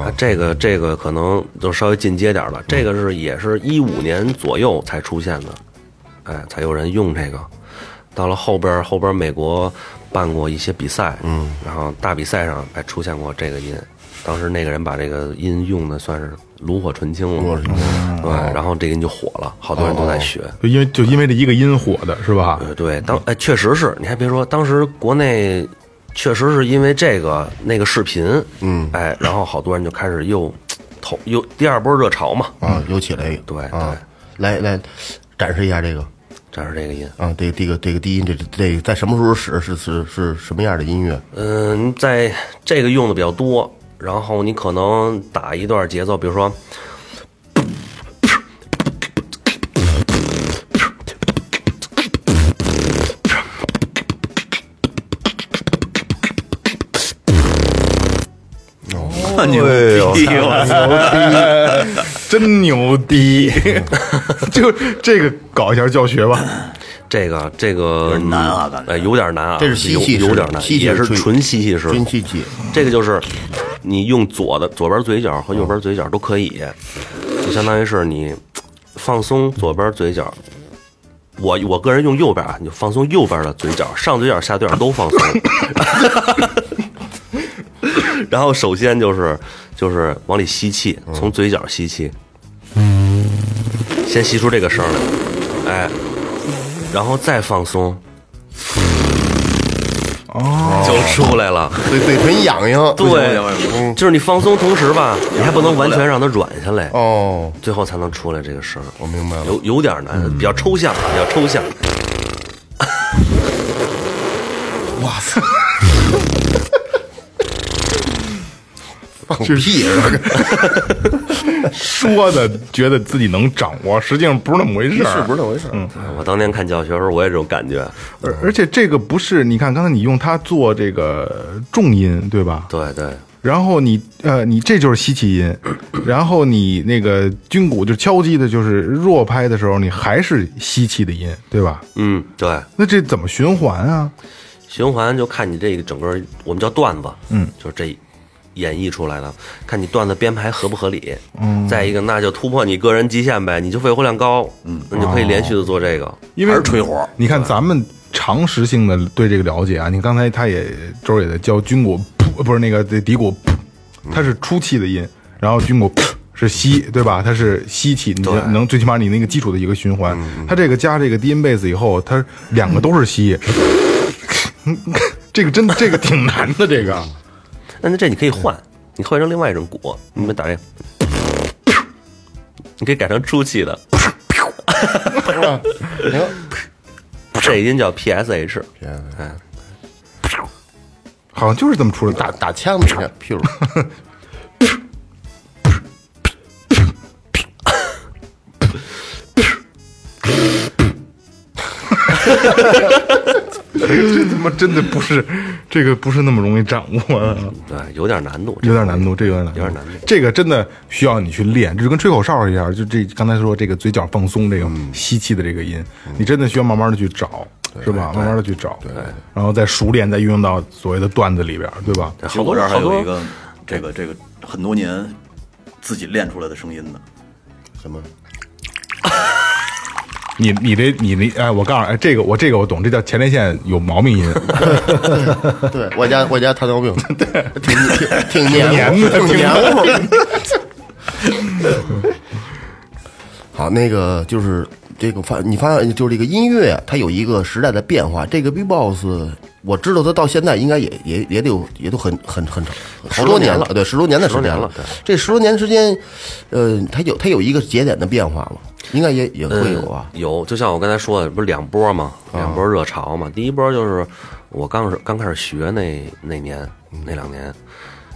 Speaker 5: 嗯这个这个可能就稍微进阶点儿了。这个是也是一五年左右才出现的，哎，才有人用这个。到了后边儿后边儿美国办过一些比赛，嗯，然后大比赛上还出现过这个音。当时那个人把这个音用的算是炉火纯青啊了，对，然后这个音就火了，好多人都在学。
Speaker 2: 就因为就因为这一个音火的是 吧？
Speaker 5: 呃，对，当哎，确实是你还别说，当时国内确实是因为这个那个视频，嗯，哎，然后好多人就开始又投又第二波热潮嘛，
Speaker 3: 啊，又起来一个
Speaker 5: 对
Speaker 3: 啊
Speaker 5: 对，
Speaker 3: 来来展示一下这个
Speaker 5: 展示这个音。
Speaker 3: 啊，这个这个这个低音，这这这个在什么时候使是是是什么样的音乐？
Speaker 5: 嗯，在这个用的比较多，然后你可能打一段节奏，比如说，
Speaker 4: 那牛逼！我操
Speaker 2: 真牛 逼！就这个搞一下教学吧。
Speaker 5: 这个这个
Speaker 4: 有点难啊感觉
Speaker 5: 呃有点难啊，
Speaker 3: 这是吸
Speaker 5: 有
Speaker 3: 气式的
Speaker 5: 有点难，
Speaker 3: 吸气
Speaker 5: 也是
Speaker 3: 吹
Speaker 5: 纯吸气式的，
Speaker 3: 纯吸气，
Speaker 5: 这个就是你用左的左边嘴角和右边嘴角都可以，就相当于是你放松左边嘴角。我我个人用右边啊，你就放松右边的嘴角，上嘴角下嘴角都放松。 然后首先就是就是往里吸气，从嘴角吸气，先吸出这个声儿来，哎，然后再放松，哦，就出来了。
Speaker 3: 嘴嘴唇痒痒。
Speaker 5: 对，就是你放松同时吧，你还不能完全让它软下来，
Speaker 3: 哦，
Speaker 5: 最后才能出来这个声儿。
Speaker 3: 我明白了。
Speaker 5: 有有点难，比较抽象，比较抽象。
Speaker 3: 放屁是吧？
Speaker 2: 说的觉得自己能掌握，实际上不是那么回事儿。
Speaker 3: 是不是那回事儿？
Speaker 5: 我当年看教学的时候，我也这种感觉。
Speaker 2: 而而且这个不是，你看刚才你用它做这个重音，对吧？
Speaker 5: 对对，
Speaker 2: 然后你呃，你这就是吸气 音，然后你那个军鼓就敲击的，就是弱拍的时候，你还是吸气的音，对吧？
Speaker 5: 嗯，对，
Speaker 2: 那这怎么循环啊？
Speaker 5: 循环就看你这个整个，我们叫段子，嗯，就是这演绎出来的，看你段子编排合不合理。嗯，再一个，那就突破你个人极限呗，你就肺活量高，嗯，那你就可以连续的做这个。
Speaker 2: 因为
Speaker 4: 还是吹火，
Speaker 2: 你看咱们常识性的对这个了解啊，你刚才他也周儿也在教军鼓，噗不是那个这底鼓，噗它是出气的音，然后军鼓噗是吸，对吧？它是吸气，你就能最起码你那个基础的一个循环。它这个加这个低音贝斯以后，它两个都是吸， 这个真的这个挺难的，这个
Speaker 5: 但是这你可以
Speaker 2: 嗯
Speaker 5: 换，你换成另外一种鼓，你们打这，你可以改成出气的，这音叫 PSH，哎，
Speaker 2: 好像就是这么出来的。
Speaker 3: 打打枪的，你看，屁股。
Speaker 2: 这 他妈真的不是这个不是那么容易掌握的。
Speaker 5: 对，有点难度，
Speaker 2: 有点难度，这有点难度，
Speaker 5: 有点难度。
Speaker 2: 这个真的需要你去练，这就跟吹口哨一样，就这刚才说这个嘴角放松，这个
Speaker 5: 嗯
Speaker 2: 吸气的这个音，你真的需要慢慢的去找，是吧？慢慢的去找，对，然后再熟练，再运用到所谓的段子里边，对吧？
Speaker 5: 对
Speaker 4: 其实
Speaker 5: 好
Speaker 4: 我
Speaker 5: 多
Speaker 4: 这儿还
Speaker 5: 好多
Speaker 4: 有一个这个这个很多年自己练出来的声音呢。
Speaker 3: 什么？
Speaker 2: 你你这你那哎，我告诉你，哎，这个我这个我懂，这叫前列腺有毛病 音，
Speaker 3: 对我家我家糖尿病，对，挺挺挺黏
Speaker 2: 黏
Speaker 3: 糊，
Speaker 2: 的
Speaker 3: 挺黏糊。 好，那个就是这个发，你发现就是这个音乐啊，它有一个时代的变化。这个 B-box，我知道它到现在应该也也也得有也都很很很长，好多年了，对，十多年的时间
Speaker 5: 十多年了对
Speaker 3: 这十多年时间，呃，它有它有一个节点的变化吗？应该也也会有啊。
Speaker 5: 嗯有，就像我刚才说的，不是两波嘛，
Speaker 2: 啊
Speaker 5: 两波热潮嘛。第一波就是我刚是刚开始学那那年那两年，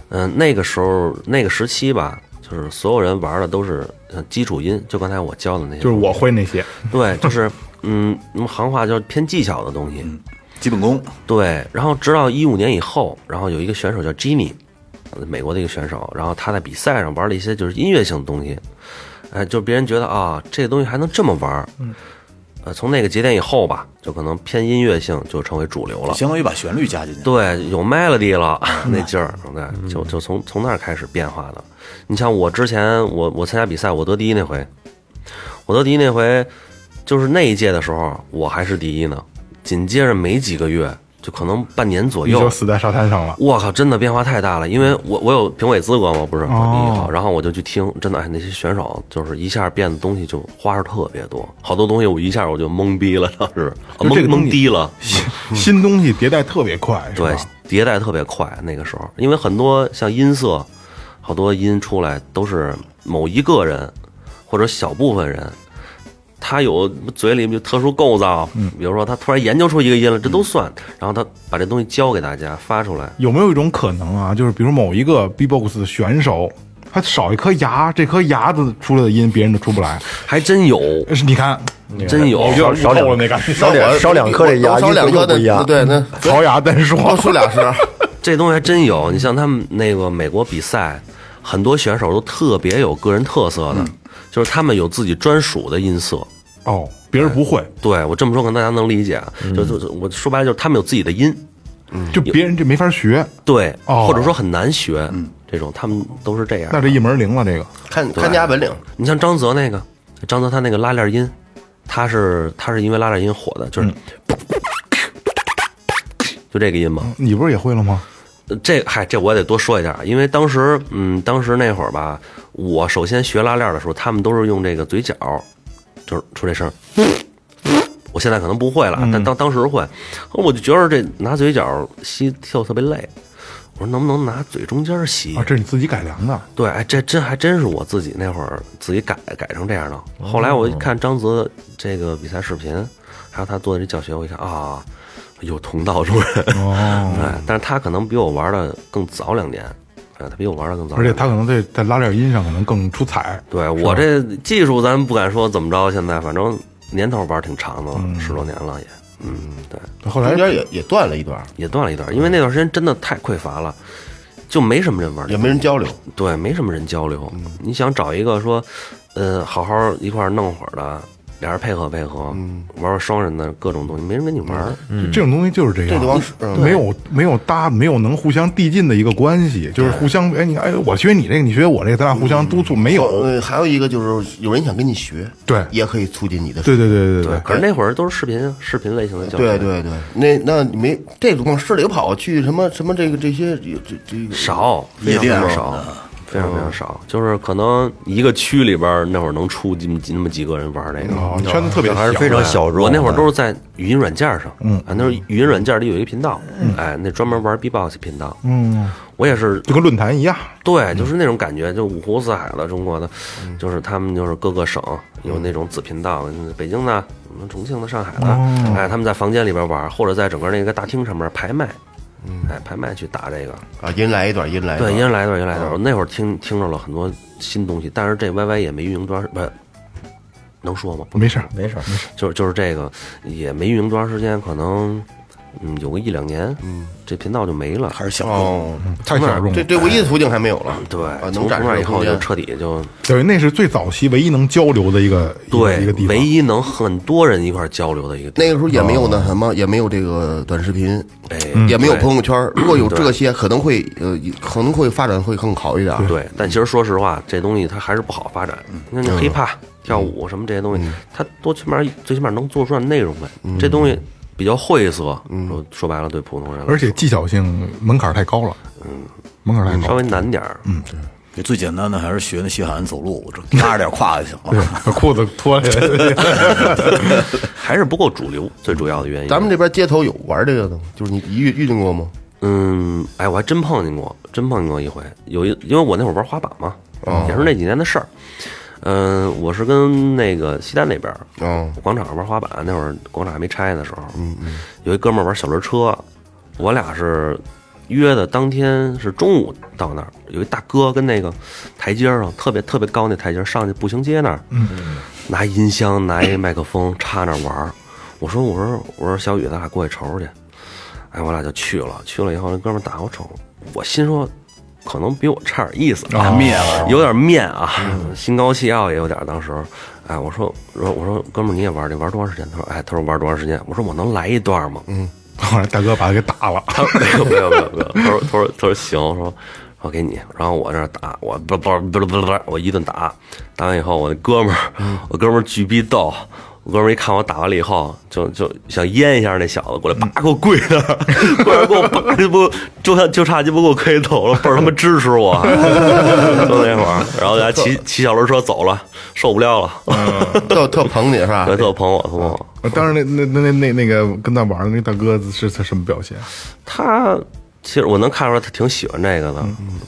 Speaker 5: 嗯、那个时候那个时期吧，就是所有人玩的都是呃基础音，就刚才我教的那些，
Speaker 2: 就是我会那些，
Speaker 5: 对，就是嗯，我们行话叫偏技巧的东
Speaker 2: 嗯
Speaker 5: 西。
Speaker 4: 基本功，
Speaker 5: 对，然后直到一五年以后，然后有一个选手叫 Jimmy，呃美国的一个选手，然后他在比赛上玩了一些就是音乐性的东西，哎、就别人觉得啊，这东西还能这么玩，嗯，呃，从那个节点以后吧，就可能偏音乐性就成为主流了。
Speaker 4: 相当于把旋律加进去。
Speaker 5: 对，有 melody 了，
Speaker 2: 嗯
Speaker 5: 那劲儿，对，就就从从那儿开始变化的。你像我之前，我我参加比赛，我得第一那回，我得第一那回，就是那一届的时候，我还是第一呢。紧接着没几个月，就可能半年左
Speaker 2: 你
Speaker 5: 右
Speaker 2: 就，死在沙滩上了。
Speaker 5: 我靠，真的变化太大了。因为我我有评委资格嘛，不是我第
Speaker 2: 哦
Speaker 5: 一号，然后我就去听，真的，哎，那些选手就是一下变的东西就花样特别多，好多东西我一下我就懵逼了，当时啊
Speaker 2: 就这
Speaker 5: 懵
Speaker 2: 个东西
Speaker 5: 懵逼了。
Speaker 2: 新东西迭代特别快，是吧
Speaker 5: 嗯对，迭代特别快。那个时候，因为很多像音色，好多音出来都是某一个人或者小部分人他有嘴里就特殊构造，
Speaker 2: 嗯
Speaker 5: 比如说他突然研究出一个音来，这都算。然后他把这东西教给大家发出来，
Speaker 2: 有没有一种可能啊？就是比如某一个 B-box 的选手，他少一颗牙，这颗牙子出来的音别人都出不来。
Speaker 5: 还真有，
Speaker 2: 但是你看，
Speaker 5: 真有。
Speaker 2: 有点透
Speaker 1: 少两
Speaker 2: 了那感觉，
Speaker 1: 少
Speaker 3: 我
Speaker 1: 两少两颗这
Speaker 3: 我
Speaker 1: 牙，
Speaker 3: 我少
Speaker 1: 一
Speaker 3: 两
Speaker 1: 颗
Speaker 3: 颗
Speaker 1: 又
Speaker 3: 的
Speaker 1: 不一样。
Speaker 3: 对，那
Speaker 2: 槽牙单
Speaker 3: 多
Speaker 2: 说。
Speaker 3: 出俩是，
Speaker 5: 这东西还真有。你像他们那个美国比赛，很多选手都特别有个人特色
Speaker 2: 嗯
Speaker 5: 的，就是他们有自己专属的音色。
Speaker 2: 哦，别人不会，
Speaker 5: 对我这么说，可能大家能理解啊。
Speaker 2: 嗯
Speaker 5: 就就就我说白了，就是他们有自己的音，
Speaker 2: 就别人这没法学，
Speaker 5: 对，
Speaker 2: 哦嗯
Speaker 5: 或者说很难学。这种他们都是这样。
Speaker 2: 那这一门灵了。这个
Speaker 3: 看看家本领。
Speaker 5: 你像张泽那个，张泽他那个拉链音，他是他是因为拉链音火的，
Speaker 2: 嗯
Speaker 5: 就是、就这个音嘛。
Speaker 2: 你不是也会了吗？
Speaker 5: 呃这嗨，这我也得多说一下，啊因为当时嗯，当时那会儿吧，我首先学拉链的时候，他们都是用这个嘴角，就是出这声儿。我现在可能不会了，啊
Speaker 2: 嗯
Speaker 5: 但当当时会，我就觉得这拿嘴角吸跳特别累。我说能不能拿嘴中间吸？
Speaker 2: 啊，这是你自己改良的，
Speaker 5: 对，哎，这真还真是我自己那会儿自己改改成这样的。后来我一看张泽这个比赛视频，还有他做的这教学，我一看啊，有同道中人。
Speaker 2: 哦
Speaker 5: 对，但是他可能比我玩的更早两年，啊，他比我玩的更早
Speaker 2: 而且
Speaker 5: 两年。
Speaker 2: 他可能在在拉链音上可能更出彩。
Speaker 5: 对我这技术，咱不敢说怎么着，现在反正年头玩挺长的了，十多年了也。嗯，对，
Speaker 2: 后来
Speaker 3: 中间也也断了一段，
Speaker 5: 也断了一段，因为那段时间真的太匮乏了，就没什么人玩这
Speaker 3: 也没人交流。
Speaker 5: 对，没什么人交流。你想找一个说，呃，好好一块儿弄会儿的，俩人配合配合，玩玩双人的各种东西，没人跟你玩儿。
Speaker 1: 嗯
Speaker 2: 这种东西就是这
Speaker 3: 这
Speaker 2: 样，
Speaker 3: 地方是嗯
Speaker 2: 没有没有搭，没有能互相递进的一个关系，就是互相哎你哎我学你这个，你学我这个，咱俩互相督促，没有。
Speaker 3: 呃，还有一个就是有人想跟你学，
Speaker 2: 对
Speaker 3: 也可以促进你的。
Speaker 2: 对对对对对，
Speaker 5: 可是那会儿都是视频啊，视频类型的教学，
Speaker 3: 对对对，那那你没这种往市里跑去什么什么这个这些有这这个
Speaker 5: 少，非常非常少，非常非常少。就是可能一个区里边儿那会儿能出这么几那么几个人玩儿这个。
Speaker 2: 哦，圈子特别
Speaker 1: 还是
Speaker 2: 小
Speaker 1: 非常小啊众。
Speaker 5: 我那会儿都是在语音软件上，嗯，啊，那时候语音软件里有一个频道，哎，那专门玩 B-box 频道，
Speaker 2: 嗯，
Speaker 5: 我也是
Speaker 2: 就跟论坛一样。
Speaker 5: 对，
Speaker 1: 嗯
Speaker 5: 就是那种感觉，就五湖四海的中国的，就是他们就是各个省有那种子频道，嗯北京的、嗯重庆的、上海的，
Speaker 1: 哦
Speaker 5: 哎，他们在房间里边玩，或者在整个那个大厅上面排麦，
Speaker 1: 嗯
Speaker 5: 哎，排麦去打这个。
Speaker 3: 啊，一人来一段，一人来一段。
Speaker 5: 对，一人来一段，一人来
Speaker 1: 哦
Speaker 5: 一段。我那会儿听听着了很多新东西，但是这 YY 也没运营多长时，不是能说吗？
Speaker 2: 没事儿，
Speaker 1: 没事儿，
Speaker 5: 就是就是这个也没运营多长时间，可能嗯有个一两年，嗯，这频道就没了。
Speaker 4: 还是小众。
Speaker 3: 哦，
Speaker 2: 嗯太小众了
Speaker 3: 这。这唯一的途径还没有了。
Speaker 5: 嗯对
Speaker 3: 啊，，能
Speaker 5: 从从
Speaker 3: 展示
Speaker 5: 那
Speaker 3: 的
Speaker 5: 以后
Speaker 3: 空
Speaker 5: 就
Speaker 3: 间
Speaker 5: 彻底就
Speaker 2: 对，那是最早期唯一能交流的一个一个
Speaker 5: 对
Speaker 2: 一个地，方。
Speaker 5: 唯一能很多人一块儿交流的一个地
Speaker 3: 那个时候也没有那什么，也没有这个短视频，
Speaker 5: 哦哎
Speaker 2: 嗯
Speaker 3: 也没有
Speaker 5: 对
Speaker 3: 朋友圈。如果有这些，可能会呃，可能会发展会更好一点。
Speaker 5: 方。对，但其实说实话，这东西它还是不好发展。
Speaker 2: 嗯
Speaker 5: 你看，你 hiphop、跳舞什么这些东西，它多起码最起码能做出来内容来。
Speaker 2: 嗯
Speaker 5: 这东西比较晦涩，说说白了，对普通人来说，
Speaker 2: 而且技巧性门槛太高了，嗯，门槛太
Speaker 5: 稍
Speaker 2: 高了，
Speaker 5: 微难点儿。嗯，
Speaker 4: 这最简单的还是学那西海岸走路，我这拉着点胯就行了。
Speaker 2: 把 裤子脱下 来。
Speaker 5: 还是不够主流，最主要的原因。
Speaker 3: 咱们这边街头有玩这个的吗，就是你遇遇见过 吗？
Speaker 5: 嗯，哎，我还真碰见过，真碰见过一回。有一，因为我那会儿玩滑板嘛，也是那几年的事儿。嗯、我是跟那个西单那边儿
Speaker 3: 哦
Speaker 5: 广场上玩滑板，那会儿广场还没拆的时候，嗯嗯，有一哥们儿玩小轮车，我俩是约的当天是中午到那儿，有一大哥跟那个台阶儿上特别特别高那台阶儿上去步行街那儿，嗯，拿音箱拿一麦克风插那儿玩儿。我说我说我说小雨，咱俩过去瞅瞅去。哎，我俩就去了，去了以后，那哥们儿打我瞅，我心说，可能比我差点意思啊，面了，有点面啊，心高气傲也有点。当时，哎，我说，我说，我说，哥们儿你也玩这，玩多长时间？他说，哎，他说玩多长时间？我说我能来一段吗？嗯，
Speaker 2: 后来大哥把他给打了，
Speaker 5: 他说没 有没有没有没有，他说他说他说行，我说我给你，然后我这打我不不不不不，我一顿打，打完以后我那哥们儿，我哥们儿巨逼逗。我哥们儿一看我打完了以后，就就想淹一下那小子，过来叭给我跪那儿， 过来给我叭就不就差就差鸡巴给我磕头了，倍儿他妈支持我， 就那会儿，然后人家骑骑小轮车走了，受不了了，
Speaker 3: 特特捧你是吧
Speaker 5: 人？特捧我，捧我，
Speaker 2: 当时那那那那那那个跟他玩的那大哥是他什么表现？嗯
Speaker 5: 他其实我能看出来他挺喜欢这个的，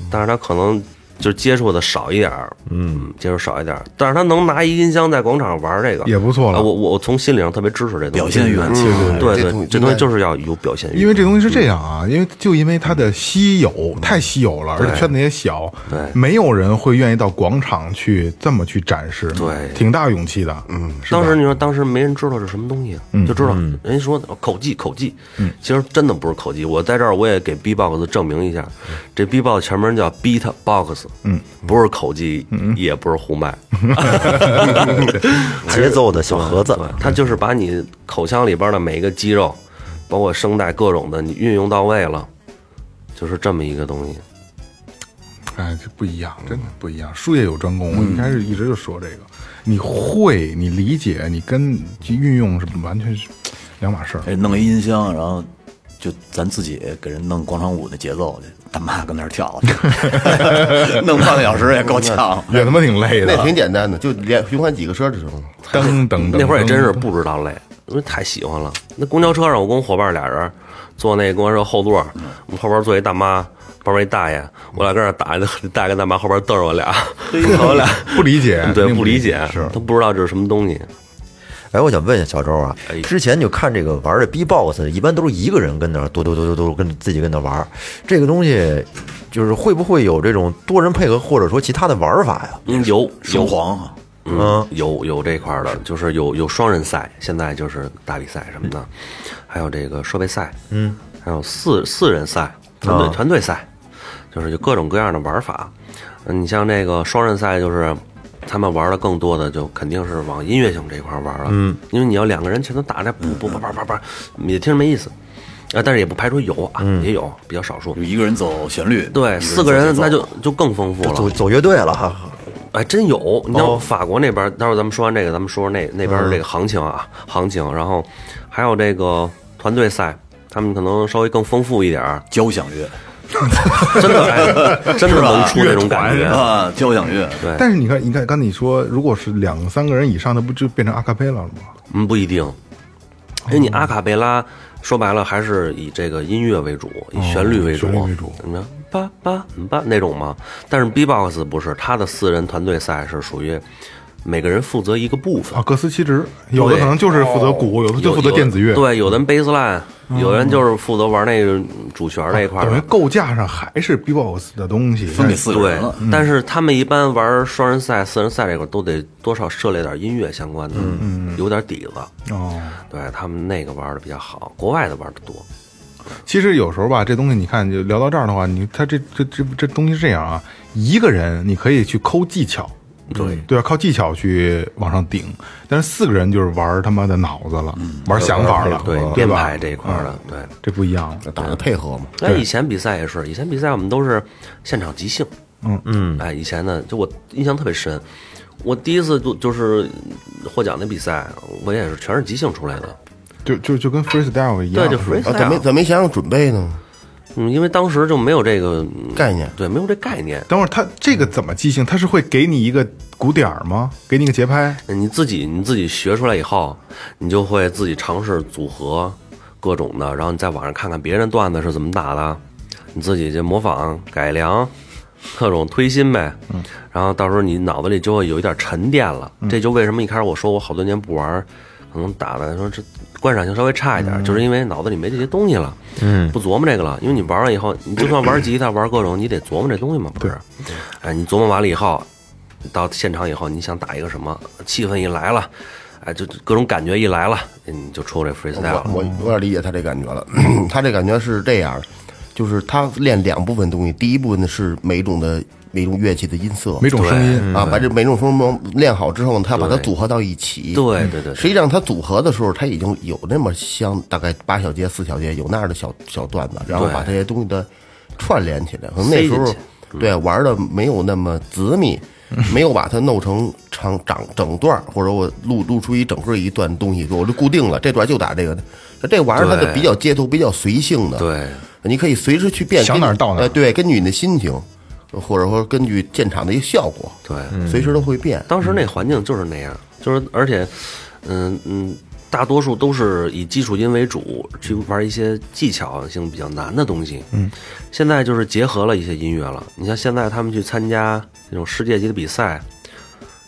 Speaker 5: 但是他可能就接触的少一点儿，嗯，接触少一点儿，但是他能拿一音箱在广场玩这个
Speaker 2: 也不错了
Speaker 5: 啊我我我从心理上特别支持这东西
Speaker 4: 表现欲很
Speaker 5: 嗯
Speaker 4: 强
Speaker 5: 对
Speaker 3: 这东
Speaker 5: 对，
Speaker 3: 西
Speaker 5: 这东西就是要有表现欲，
Speaker 2: 因为这东西是这样啊，因为就因为它的稀有太稀有了，而且圈子也小，
Speaker 5: 对
Speaker 2: 没有人会愿意到广场去这么去展示，
Speaker 5: 对
Speaker 2: 挺大勇气的，嗯，是吧嗯
Speaker 5: 当时你说，当时没人知道这是什么东西，就知道人家说的口技，口技，其实真的不是口技。我在这儿我也给 B-box 证明一下，
Speaker 2: 嗯
Speaker 5: 这 B-box 全名叫 Beat Box，嗯，不是口技，
Speaker 2: 嗯
Speaker 5: 也不是胡麦，
Speaker 1: 节奏的小盒子
Speaker 5: 对，它就是把你口腔里边的每一个肌肉，包括声带各种的，你运用到位了，就是这么一个东西。
Speaker 2: 哎，这不一样，真的不一样。术业有专攻，我一开始一直就说这个，你会，你理解，你跟运用是完全是两码事儿。
Speaker 4: 哎，弄一音箱，然后就咱自己给人弄广场舞的节奏去，大妈跟那儿 跳去，弄半个小时也够呛。
Speaker 2: 也他妈挺累的
Speaker 3: 那，挺简单的，就连循环几个车就行了。
Speaker 2: 噔噔噔。
Speaker 5: 那会儿也真是
Speaker 2: 噔
Speaker 5: 不知道累，因为太喜欢了。那公交车上，我跟我伙伴俩人坐那公交车后座，我们后边坐一大妈，旁边一大爷，我俩跟那儿打，大爷跟大妈后边瞪着我俩，我俩，
Speaker 2: 不理解
Speaker 5: 对
Speaker 2: 并
Speaker 5: 不理解，
Speaker 2: 是
Speaker 5: 都不知道这是什么东西。
Speaker 1: 哎，我想问一下小周啊
Speaker 5: 哎，
Speaker 1: 之前就看这个玩的 B-box，一般都是一个人跟那儿嘟嘟嘟嘟嘟跟自己跟那玩儿，这个东西就是会不会有这种多人配合，或者说其他的玩法呀？
Speaker 5: 嗯，有
Speaker 4: 双
Speaker 5: 有
Speaker 4: 簧啊，
Speaker 5: 嗯，有有这块儿的，就是有有双人赛，现在就是大比赛什么的，还有这个设备赛，嗯，啊还有四四人赛、团队、团队赛，就是有各种各样的玩法。嗯，你像这个双人赛，就是他们玩的更多的就肯定是往音乐性这一块儿玩了，嗯，因为你要两个人全都打着，不不不叭叭叭，也听着没意思。啊，但是也不排除有啊，也有比较少数
Speaker 4: 就。一个人走旋律，
Speaker 5: 对，四
Speaker 4: 一
Speaker 5: 个
Speaker 4: 个
Speaker 5: 人
Speaker 4: 走节奏
Speaker 5: 那就就更丰富了，
Speaker 1: 走走乐队了哈，
Speaker 5: 哎，真有！你
Speaker 2: 哦
Speaker 5: 像法国那边，待会儿咱们说完这个，咱们说说那那边
Speaker 2: 嗯
Speaker 5: 这个行情啊，行情。然后还有这个团队赛，他们可能稍微更丰富一点儿，
Speaker 4: 交响乐
Speaker 5: 真的、哎、真的能出那种感觉。
Speaker 4: 啊，交响乐，
Speaker 5: 对，
Speaker 2: 但是你看，你看，刚才你说，如果是两三个人以上，那不就变成阿卡贝拉了吗？
Speaker 5: 嗯，不一定，因为
Speaker 2: 嗯
Speaker 5: 你阿卡贝拉说白了还是以这个音乐为主，以旋律为主，
Speaker 2: 哦旋律为主
Speaker 5: 你看叭叭嗯叭那种嘛。但是 B-box 不是，他的四人团队赛是属于每个人负责一个部分
Speaker 2: 啊，。各司其职，有的
Speaker 5: 对哦
Speaker 2: 可能就是负责鼓，有的就
Speaker 5: 有
Speaker 2: 负责电子乐，嗯
Speaker 5: 有，对，有的人 bassline，、有人就是负责玩那个主旋儿那一块儿
Speaker 2: 哦等于
Speaker 5: 的。
Speaker 2: 构架上还是 B-box 的东西，
Speaker 4: 分给四个
Speaker 5: 对
Speaker 4: 人了，，
Speaker 2: 嗯
Speaker 5: 但是他们一般玩双人赛、四人赛这块儿都得多少涉猎点音乐相关的，
Speaker 2: 嗯
Speaker 5: 有点底子。
Speaker 2: 哦。
Speaker 5: 对他们那个玩的比较好，国外的玩的多。
Speaker 2: 其实有时候吧，这东西你看，就聊到这儿的话，你他这这这这东西是这样啊，一个人你可以去抠技巧，对对啊，靠技巧去往上顶，但是四个人就是玩他妈的脑子了，玩想法了，
Speaker 5: 嗯对，
Speaker 2: 对
Speaker 5: 编
Speaker 2: 吧嗯
Speaker 5: 排这一块儿的，对。
Speaker 2: 这不一样了。
Speaker 3: 打的配合嘛，
Speaker 5: 那以前比赛也是，以前比赛我们都是现场即兴。
Speaker 2: 嗯
Speaker 5: 嗯，哎，以前呢，就我印象特别深，我第一次就就是获奖的比赛，我也是全是即兴出来的。
Speaker 2: 就就就跟 freestyle 一样，
Speaker 5: 嗯对，就是
Speaker 2: 吧
Speaker 5: freestyle。
Speaker 3: 啊，怎么怎么没想想准备呢？
Speaker 5: 嗯，因为当时就没有这个嗯
Speaker 3: 概念
Speaker 5: 对，没有这概念。
Speaker 2: 等会儿他这个怎么即兴？他是会给你一个鼓点儿吗？给你个节拍？
Speaker 5: 你自己你自己学出来以后，你就会自己尝试组合各种的，然后你在网上看看别人段子是怎么打的，你自己就模仿改良，各种推新呗。嗯，然后到时候你脑子里就会有一点沉淀了。这就为什么一开始我说我好多年不玩儿，可能打的说这观赏性稍微差一点，就是因为脑子里没这些东西了，嗯，不琢磨这个了。因为你玩完以后，你就算玩吉他玩各种，你得琢磨这东西嘛，不是？哎，你琢磨完了以后，到现场以后，你想打一个什么，气氛一来了，哎，就就各种感觉一来了，你就出这 freestyle 了。
Speaker 3: 我我有点理解他这感觉了， 他这感觉是这样的，就是他练两部分东西，第一部分呢是每种的每种乐器的音色，
Speaker 2: 每种声音，
Speaker 3: 啊，把这每种风格练好之后呢，他把它
Speaker 5: 对
Speaker 3: 组合到一起。
Speaker 5: 对对对对
Speaker 3: 实际上他组合的时候，他已经有那么像大概八小节、四小节有那样的小小段子，然后
Speaker 5: 对
Speaker 3: 把这些东西的串联起来。可能那时
Speaker 5: 塞进
Speaker 3: 候
Speaker 5: 去
Speaker 3: 对玩的没有那么紧密，没有把它弄成长长整段儿，或者我录录出一整个一段东西，我就固定了这段就打这个。这玩意儿它
Speaker 5: 对
Speaker 3: 就比较街头、比较随性的，
Speaker 5: 对，
Speaker 3: 你可以随时去变，
Speaker 2: 想哪儿到哪儿
Speaker 3: 哎对，根据你的心情，或者说根据现场的一个效果，
Speaker 5: 对
Speaker 3: 随时都会变。
Speaker 5: 当时那环境就是那样，就是而且，嗯嗯，大多数都是以基础音为主，去玩一些技巧性比较难的东西。嗯，现在就是结合了一些音乐了。你像现在他们去参加那种世界级的比赛，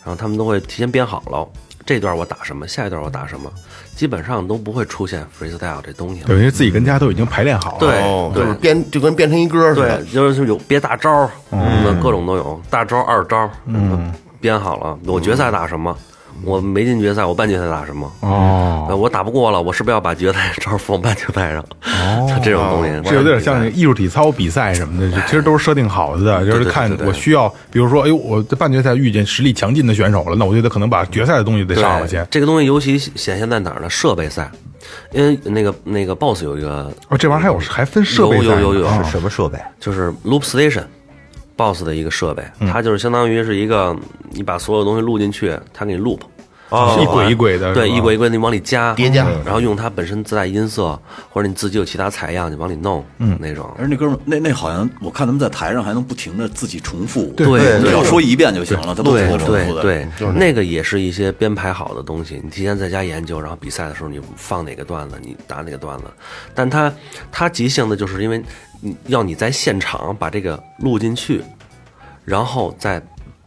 Speaker 5: 然后他们都会提前编好了，这段我打什么，下一段我打什么，基本上都不会出现 freestyle 这东西了。
Speaker 2: 等于自己跟家都已经排练好了。
Speaker 5: 对
Speaker 3: 哦，
Speaker 5: 对
Speaker 3: 就是编就跟编成一歌似的
Speaker 5: 对，，就是有憋大招儿，嗯，各种都有，大招儿、二招儿，嗯，编好了。我决赛打什么？我没进决赛，我半决赛打什么？
Speaker 2: 哦，
Speaker 5: 呃我打不过了，我是不是要把决赛招儿放半决赛上？哦， 这种东西
Speaker 2: 这有点像那艺术体操比赛什么的，这其实都是设定好的，就是看我需要，比如说，哎呦，我在半决赛遇见实力强劲的选手了，那我觉得可能把决赛的东西得
Speaker 5: 对
Speaker 2: 上了先。
Speaker 5: 这个东西尤其显现在哪儿呢？设备赛，因为那个那个 BOSS 有一个
Speaker 2: 哦，这玩意儿还有还分设备赛呢，
Speaker 5: 有有有有
Speaker 2: 啊
Speaker 5: 是
Speaker 6: 什么设备？
Speaker 5: 就是 Loop Station BOSS 的一个设备，
Speaker 2: 嗯
Speaker 5: 它就是相当于是一个你把所有东西录进去，它给你 loop。
Speaker 2: 哦一轨一轨的
Speaker 5: 对，
Speaker 2: 是吧
Speaker 5: 一轨一轨，你往里加
Speaker 3: 叠加
Speaker 5: 然后用它本身自带音色，或者你自己有其他采样，你往里弄，嗯，那种。
Speaker 4: 而那哥们儿，那那好像我看他们在台上还能不停的自己重复，
Speaker 2: 对
Speaker 5: 对
Speaker 4: 只
Speaker 5: 对
Speaker 4: 要说一遍就行了，他不停的
Speaker 5: 对
Speaker 4: 重复
Speaker 5: 对
Speaker 4: 的。
Speaker 5: 对，那个也是一些编排好的东西，你提前在家研究，然后比赛的时候你放哪个段子，你打哪个段子。但它它即兴的，就是因为你要你在现场把这个录进去，然后再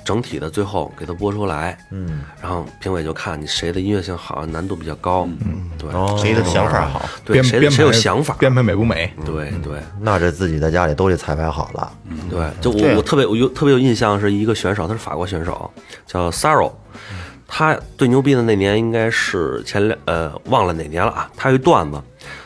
Speaker 5: 整体的最后给它播出来，嗯，然后评委就看你谁的音乐性好，难度比较高，嗯，对，
Speaker 6: 谁的想法好？
Speaker 5: 对，
Speaker 2: 编
Speaker 5: 谁
Speaker 2: 编排
Speaker 5: 的谁有想法，
Speaker 2: 编排美不美？
Speaker 5: 对对
Speaker 6: 那这自己在家里都得彩排好了，
Speaker 2: 嗯
Speaker 5: 对，就我我特别我有特别有印象是一个选手，他是法国选手，叫 Saro，他
Speaker 2: 嗯
Speaker 5: 最牛逼的那年应该是前两呃忘了哪年了啊，他有一段子，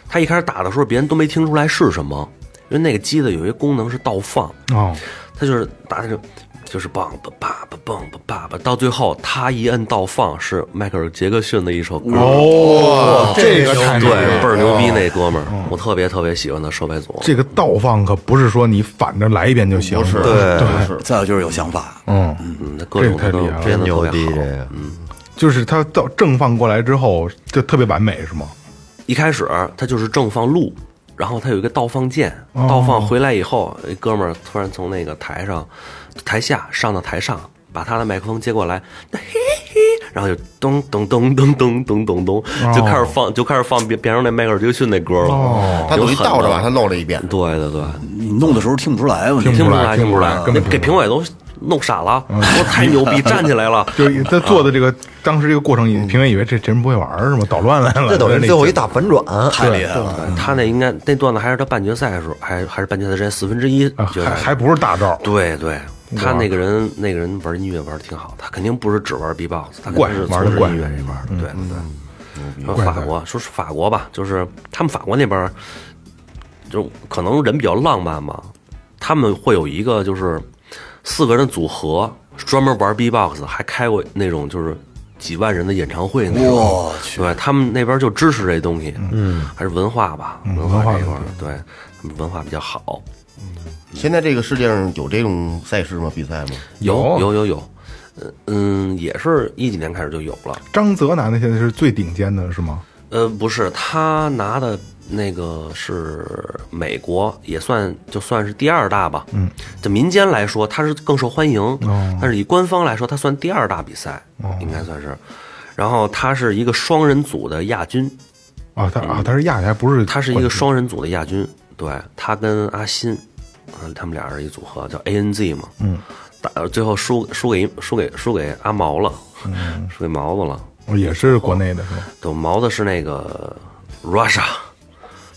Speaker 5: 他一开始打的时候别人都没听出来是什么，因为那个机子有一个功能是倒放，
Speaker 2: 哦，
Speaker 5: 他就是打那个就是棒吧吧吧棒吧吧吧，到最后他一摁倒放是迈克尔杰克逊的一首歌。
Speaker 2: 哦，这个太
Speaker 5: 对，
Speaker 2: 牛了
Speaker 5: 倍儿牛逼那哥们儿，我特别特别喜欢他设备组。
Speaker 2: 这个倒放可不是说你反着来一遍就行，不是，对，
Speaker 4: 再有就是有想法，
Speaker 2: 嗯，
Speaker 5: 嗯，他各种
Speaker 2: 这个太
Speaker 5: 他都
Speaker 2: 厉害了
Speaker 5: 编的
Speaker 6: 牛
Speaker 5: 特
Speaker 6: 逼
Speaker 5: 别
Speaker 6: 这
Speaker 5: 好。
Speaker 6: 个。
Speaker 2: 就是它到正放过来之后就特别完美，是吗？
Speaker 5: 一开始他就是正放录，然后他有一个倒放键，
Speaker 2: 哦
Speaker 5: 倒放回来以后，一哥们儿突然从那个台上、台下上到台上，把他的麦克风接过来，嘿嘿，然后就咚咚咚咚咚咚咚咚，就开始放，就开始放变变成那迈克尔杰克逊那歌了。
Speaker 2: 哦
Speaker 3: 他等于
Speaker 5: 有很
Speaker 3: 倒着把它
Speaker 5: 多
Speaker 3: 漏了一遍。
Speaker 5: 对对对，
Speaker 4: 你弄的时候听不出来吧？
Speaker 2: 听
Speaker 4: 你
Speaker 5: 听
Speaker 2: 不
Speaker 5: 不
Speaker 2: 出来
Speaker 5: 听
Speaker 2: 听不出来哦
Speaker 5: 来
Speaker 2: 根，本
Speaker 5: 那给评委都弄傻了，说太牛 逼，站起来了。
Speaker 2: 就是他做的这个，当时这个过程，评委以为这这人不会玩儿是吗？捣乱来了，
Speaker 6: 这等于最后一大反转，
Speaker 4: 太厉害了，
Speaker 5: 对他那应该那段子还是他半决赛的时候，还还是半决赛之前四分之一
Speaker 2: 啊
Speaker 5: 决
Speaker 2: 还
Speaker 5: 赛
Speaker 2: 还不是大招，
Speaker 5: 对对，他那个人那个人玩音乐玩的挺好，他肯定不是只玩 B-box，他肯定是
Speaker 2: 怪玩
Speaker 5: 从
Speaker 2: 得
Speaker 5: 事
Speaker 2: 怪嗯
Speaker 5: 音乐这块儿的。对对对。然后法国，说是法国吧，就是他们法国那边儿，就可能人比较浪漫嘛，他们会有一个就是四个人组合，专门玩 B-box，还开过那种就是。几万人的演唱会那种
Speaker 4: 我，去
Speaker 5: 对他们那边就支持这东西，嗯，还是文化吧，文
Speaker 2: 嗯文化
Speaker 5: 化
Speaker 2: 问
Speaker 5: 这块儿，对，他们文化比较好，
Speaker 3: 现在这个世界上有这种赛事吗？比赛吗？
Speaker 2: 有
Speaker 5: 有有有有，呃嗯，也是一几年开始就有了。
Speaker 2: 张泽拿的现在是最顶尖的，是吗？
Speaker 5: 呃，不是，他拿的那个是美国，也算就算是第二大吧。嗯，这民间来说，它是更受欢迎，但是以官方来说，它算第二大比赛，应该算是。然后他是一个双人组的亚军，
Speaker 2: 啊，他啊，他是亚的，还不是
Speaker 5: 他是一个双人组的亚军，对他跟阿新，啊，他们俩人一组合叫 ANZ 嘛，嗯，打最后输输给输给输给阿毛了，
Speaker 2: 嗯
Speaker 5: 输给毛子了。
Speaker 2: 哦也是国内的，是吗？
Speaker 5: 对，毛子是那个 Russia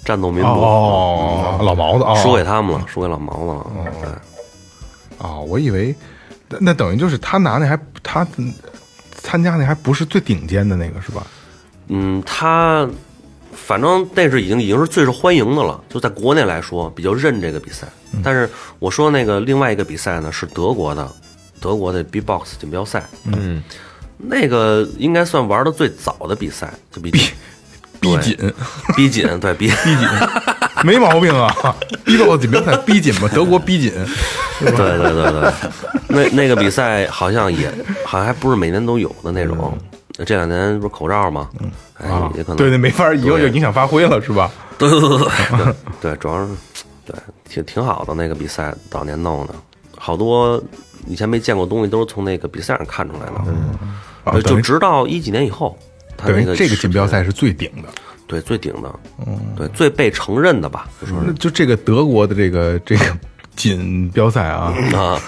Speaker 5: 战斗民族，
Speaker 2: 哦，老毛子啊，
Speaker 5: 输给他们了，输给老毛子了。对，
Speaker 2: 啊，我以为那那等于就是他拿那还他参加那还不是最顶尖的那个是吧？
Speaker 5: 嗯，他反正那是已经已经是最受欢迎的了，就在国内来说比较认这个比赛。
Speaker 2: 嗯
Speaker 5: 但是我说那个另外一个比赛呢，是德国的，德国的 B-box 锦标赛，嗯，那个应该算玩的最早的比赛，就比
Speaker 2: 逼
Speaker 5: 对
Speaker 2: 紧，
Speaker 5: 逼紧，对逼
Speaker 2: 逼紧， 没毛病啊！逼到锦标赛逼紧吧，德国逼紧，
Speaker 5: 对对对对，那那个比赛好像也好像还不是每年都有的那种。这两年不是口罩吗？哎
Speaker 2: 嗯啊，
Speaker 5: 也可能
Speaker 2: 对对，没法儿以后就影响发挥了是吧？
Speaker 5: 对对对 对对对，主要是对挺挺好的那个比赛，早年弄的，好多以前没见过东西都是从那个比赛上看出来的，
Speaker 2: 啊
Speaker 5: 呃，就
Speaker 2: 等于
Speaker 5: 直到一几年以后，他
Speaker 2: 等
Speaker 5: 那
Speaker 2: 于
Speaker 5: 个
Speaker 2: 这个
Speaker 5: 是
Speaker 2: 锦标赛是嗯最顶的，
Speaker 5: 对最顶的，对最被承认的吧，就说
Speaker 2: 那就这个德国的这个这个锦标赛啊，
Speaker 5: 啊，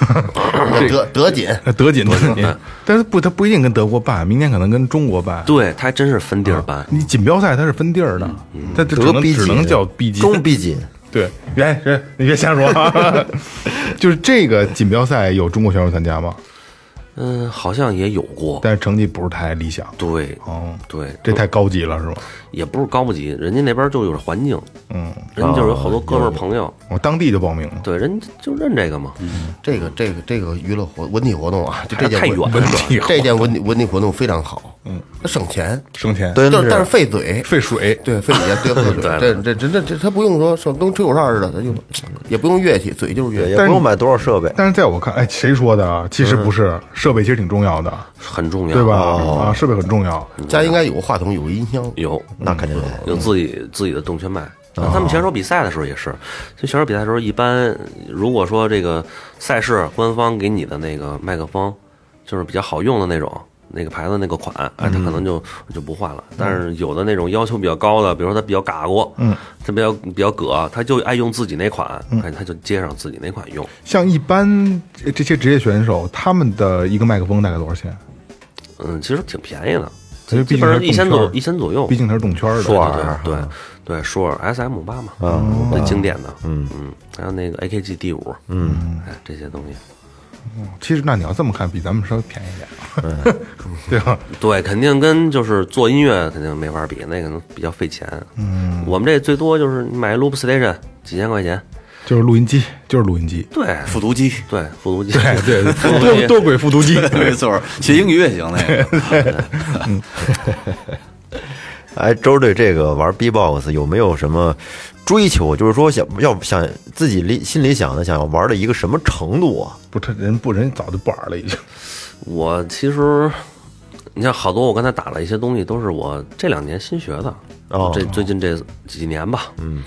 Speaker 3: 德德锦
Speaker 2: 呃德锦德锦，
Speaker 5: 哎
Speaker 2: 但是不，它不一定跟德国办，明年可能跟中国办。
Speaker 5: 对他还真是分地
Speaker 2: 嗯
Speaker 5: 儿办，
Speaker 2: 你锦标赛它是分地儿的，
Speaker 5: 嗯
Speaker 2: 它它只
Speaker 6: 德
Speaker 2: 能
Speaker 6: 比
Speaker 2: 只
Speaker 6: 锦
Speaker 2: 能叫 B 级，
Speaker 6: 中 B 级，
Speaker 2: 对，别别你别瞎说 啊！就是这个锦标赛有中国选手参加吗？
Speaker 5: 嗯，好像也有过，
Speaker 2: 但是成绩不是太理想，
Speaker 5: 对，
Speaker 2: 哦，
Speaker 5: 对，
Speaker 2: 这太高级了是吧？
Speaker 5: 也不是高不级，人家那边就有环境，嗯，人家就是有好
Speaker 2: 啊
Speaker 5: 多哥们儿朋友，
Speaker 2: 我当地就报名了，
Speaker 5: 对，人家就认这个嘛，
Speaker 2: 嗯
Speaker 3: 这个这个这个娱乐活文体活动啊，就这件
Speaker 5: 太
Speaker 3: 文
Speaker 5: 远
Speaker 2: 文体
Speaker 3: 这件文体文体活动非常好，嗯，它省钱，
Speaker 2: 省钱，
Speaker 3: 但
Speaker 6: 真
Speaker 3: 但
Speaker 6: 是
Speaker 3: 是费嘴，
Speaker 2: 费水，
Speaker 3: 对，费嘴，对，费嘴，这这真的这他不用说上跟吹口哨似的，他就也不用乐器，嘴就是乐器
Speaker 6: 也。不用买多少设备，
Speaker 2: 但是在我看，哎，谁说的啊？其实不是，设备其实挺重要的，
Speaker 5: 很重要，
Speaker 2: 对吧？？啊，设备很重要。
Speaker 3: 家应该有个话筒，有个音箱，嗯
Speaker 5: 有
Speaker 2: 嗯
Speaker 6: 那肯定得。
Speaker 5: 有自己自己的动圈脉。
Speaker 2: 哦
Speaker 5: 他们选手比赛的时候也是，就选手比赛的时候，一般如果说这个赛事官方给你的那个麦克风，就是比较好用的那种，那个牌子那个款，哎，他可能就
Speaker 2: 嗯
Speaker 5: 就不换了。但是有的那种要求比较高的，比如说他比较嘎过，嗯，他比较比较葛，他就爱用自己那款，
Speaker 2: 嗯
Speaker 5: 哎，他就接上自己那款用。
Speaker 2: 像一般这这些职业选手，他们的一个麦克风大概多少钱？
Speaker 5: 嗯，其实挺便宜的，
Speaker 2: 因为毕
Speaker 5: 基
Speaker 2: 竟
Speaker 5: 本
Speaker 2: 它是
Speaker 5: 上一千
Speaker 2: 动圈
Speaker 5: 左
Speaker 2: 儿
Speaker 5: 一千左右。
Speaker 2: 毕竟他是啊动圈儿的，
Speaker 5: 对对对对对，舒尔 S M 八嘛，嗯，最经典的，嗯嗯，还有那个 A K G D 五，嗯，哎，这些东西，
Speaker 2: 其实那你要这么看，比咱们稍微便宜一点，啊对吧？
Speaker 5: 对，肯定跟就是做音乐肯定没法比，那个能比较费钱，嗯，我们这最多就是你买 Loop Station 几千块钱，
Speaker 2: 就是录音机，就是录音机，
Speaker 5: 对，
Speaker 4: 复读机，
Speaker 5: 对，复读机，
Speaker 2: 对哎对，
Speaker 5: 复读
Speaker 2: 多
Speaker 5: 机，
Speaker 2: 多轨复读机，
Speaker 4: 没错，学英语也行那 个。
Speaker 6: 哎，周对这个玩 B-box 有没有什么追求？就是说想要想自己里心里想的，想要玩到一个什么程度啊？
Speaker 2: 不，他人不人早就不玩了，已经。
Speaker 5: 我其实，你像好多我刚才打了一些东西，都是我这两年新学的，
Speaker 6: 哦
Speaker 5: 这最近这几年吧，嗯，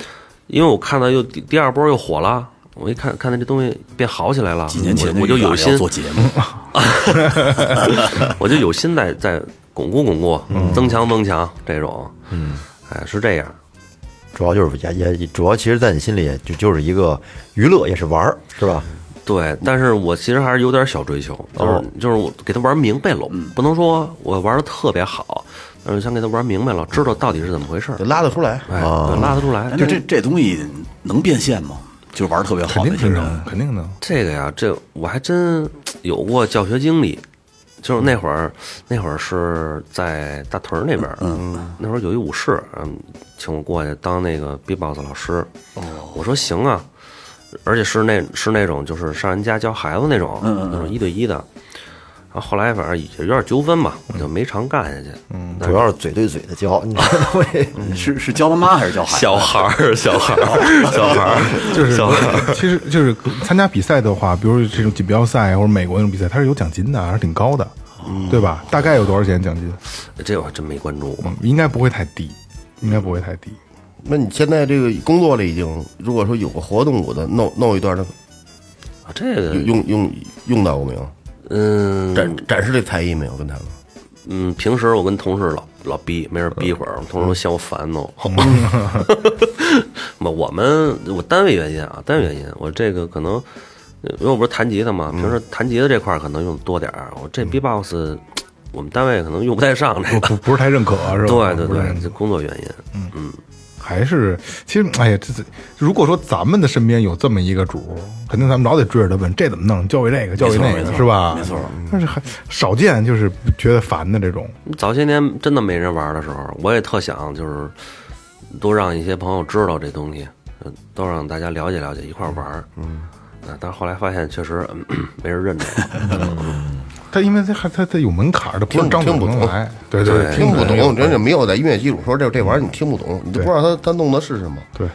Speaker 5: 因为我看到又第第二波又火了，我一看看到这东西变好起来了，
Speaker 4: 几年前
Speaker 5: 我我就有
Speaker 4: 心
Speaker 5: 心，
Speaker 4: 做节目，
Speaker 5: 我就有心在在巩固巩固，增强增强这种，嗯，哎，是这样，
Speaker 6: 主要就是也也主要，其实，在你心里也就就是一个娱乐，也是玩儿，是吧？
Speaker 5: 对，但是我其实还是有点小追求，就是、
Speaker 3: 哦
Speaker 5: 就是我给他玩明白了，
Speaker 3: 嗯
Speaker 5: 不能说我玩的特别好，但是想给他玩明白了，知道到底是怎么回事儿
Speaker 3: 得，拉得出来。哦
Speaker 5: 哎，对拉得出来
Speaker 4: 哎，那这这东西能变现吗？就玩儿特别好
Speaker 2: 肯定
Speaker 4: 的那些
Speaker 2: 是
Speaker 4: 人
Speaker 2: 能，，肯定能。
Speaker 5: 这个呀，这我还真有过教学经历，就是那会儿，那会儿是在大屯儿那边儿，嗯，那会儿有一武士，嗯，请我过去当那个 B-box 老师，哦，我说行啊，而且是那是那种就是上人家教孩子那种，那种一对一的，然后后来反正也有点纠纷吧，我就没常干下去，嗯，
Speaker 6: 主要是嘴对嘴的教，你知道吗？
Speaker 4: 是是教妈妈还是教孩子？
Speaker 5: 小孩儿，小孩儿，小孩儿，
Speaker 2: 就是， 其实就是参加比赛的话，比如这种锦标赛或者美国那种比赛，它是有奖金的，还是挺高的，对吧？大概有多少钱奖金？
Speaker 5: 这我还真没关注过。
Speaker 2: 嗯，应该不会太低，应该不会太低。
Speaker 3: 那你现在这个工作里已经，如果说有个活动，我的弄弄一段，那
Speaker 5: 啊这个，
Speaker 3: 用用用到过没有？
Speaker 5: 嗯，
Speaker 3: 展展示这才艺没有？跟他们
Speaker 5: 嗯，平时我跟同事老老逼，没
Speaker 2: 嗯
Speaker 5: 人逼会儿，同事都嫌我 烦呢。那我们我单位原因啊，单位原因，我这个可能，呃因为我不是弹吉他嘛，
Speaker 2: 嗯
Speaker 5: 平时弹吉他这块儿可能用得多点儿，我这 B-box 我们单位可能用不太上这
Speaker 2: 不
Speaker 5: 个。
Speaker 2: 不不是太认可，啊是吧？
Speaker 5: 对对
Speaker 2: 不是太
Speaker 5: 对，
Speaker 2: 认
Speaker 5: 这
Speaker 2: 可
Speaker 5: 工作原因。
Speaker 2: 还是其实，哎呀，这这，如果说咱们的身边有这么一个主，肯定咱们老得追着他问这怎么弄，教育这个，教育那
Speaker 4: 没
Speaker 2: 个，
Speaker 4: 错
Speaker 2: 是吧？
Speaker 4: 没错。
Speaker 2: 但是还少见，就是觉得烦的这种。
Speaker 5: 早些年真的没人玩的时候，我也特想就是多让一些朋友知道这东西，呃都让大家了解了解，一块儿玩儿。嗯，但是后来发现确实 嗯没人认这个。
Speaker 2: 他因为他还他他有门槛儿，他不是
Speaker 3: 听
Speaker 2: 张嘴
Speaker 3: 听不
Speaker 2: 能
Speaker 3: 懂
Speaker 2: 来，对对，对
Speaker 3: 听不
Speaker 2: 来
Speaker 3: 懂，真是没有在音乐基础说这这玩意儿你听不懂，你都不知道他他弄的是什么。
Speaker 2: 对，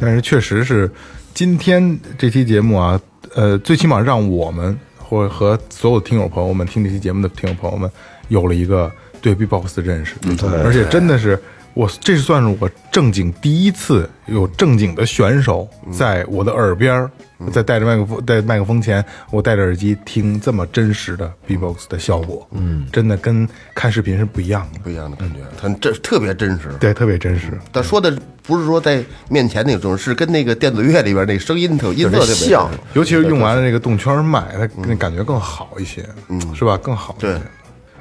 Speaker 2: 但是确实是今天这期节目啊，呃，最起码让我们或者和所有听友朋友嗯们听这期节目的听友朋友们有了一个对 B-box 的认识，对，而且真的是我这算是我正经第一次有正经的选手在我的耳边儿，在带着麦克风，在麦克风前，我戴着耳机听这么真实的 B-box 的效果，嗯，真的跟看视频是不一样的，
Speaker 3: 不一样的感觉，它这特别真实。
Speaker 2: 对，特别真实。
Speaker 3: 但说的不是说在面前那种，是跟那个电子乐里边那声音特音色特别
Speaker 6: 像
Speaker 2: 尤其是用完了那个动圈麦，它那感觉更好一些，嗯，是吧？更好一些。
Speaker 3: 对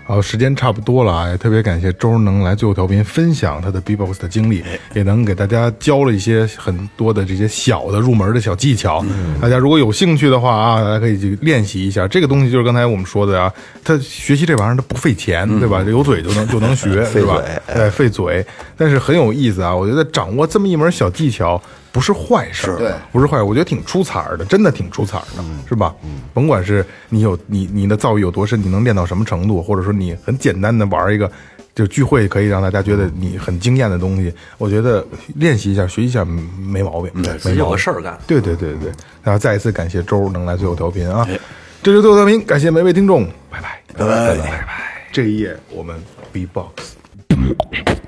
Speaker 2: 好，时间差不多了啊，也特别感谢周能来最后调频分享他的 B-box 的经历，也能给大家教了一些很多的这些小的入门的小技巧。大家如果有兴趣的话啊，大家可以去练习一下。这个东西就是刚才我们说的啊，他学习这玩意儿它不费钱，对吧？有嘴就能就能学，对吧？哎，嗯 费嘴，但是很有意思啊。我觉得掌握这么一门小技巧不是坏事儿，啊
Speaker 3: 对
Speaker 2: 不是坏，我觉得挺出彩儿的，真的挺出彩儿的，
Speaker 5: 嗯
Speaker 2: 是吧？甭管是你有你你的造诣有多深，你能练到什么程度，或者说你很简单的玩一个，就聚会可以让大家觉得你很惊艳的东西，我觉得练习一下、学习一下嗯没毛病，没
Speaker 5: 有
Speaker 2: 毛
Speaker 5: 个
Speaker 2: 病。
Speaker 5: 事儿干。
Speaker 2: 对对对对，然后再一次感谢周能来最后调频
Speaker 5: 哎
Speaker 2: 啊，这是最后调频，感谢每位听众，拜拜拜拜拜拜。这一夜我们 B box。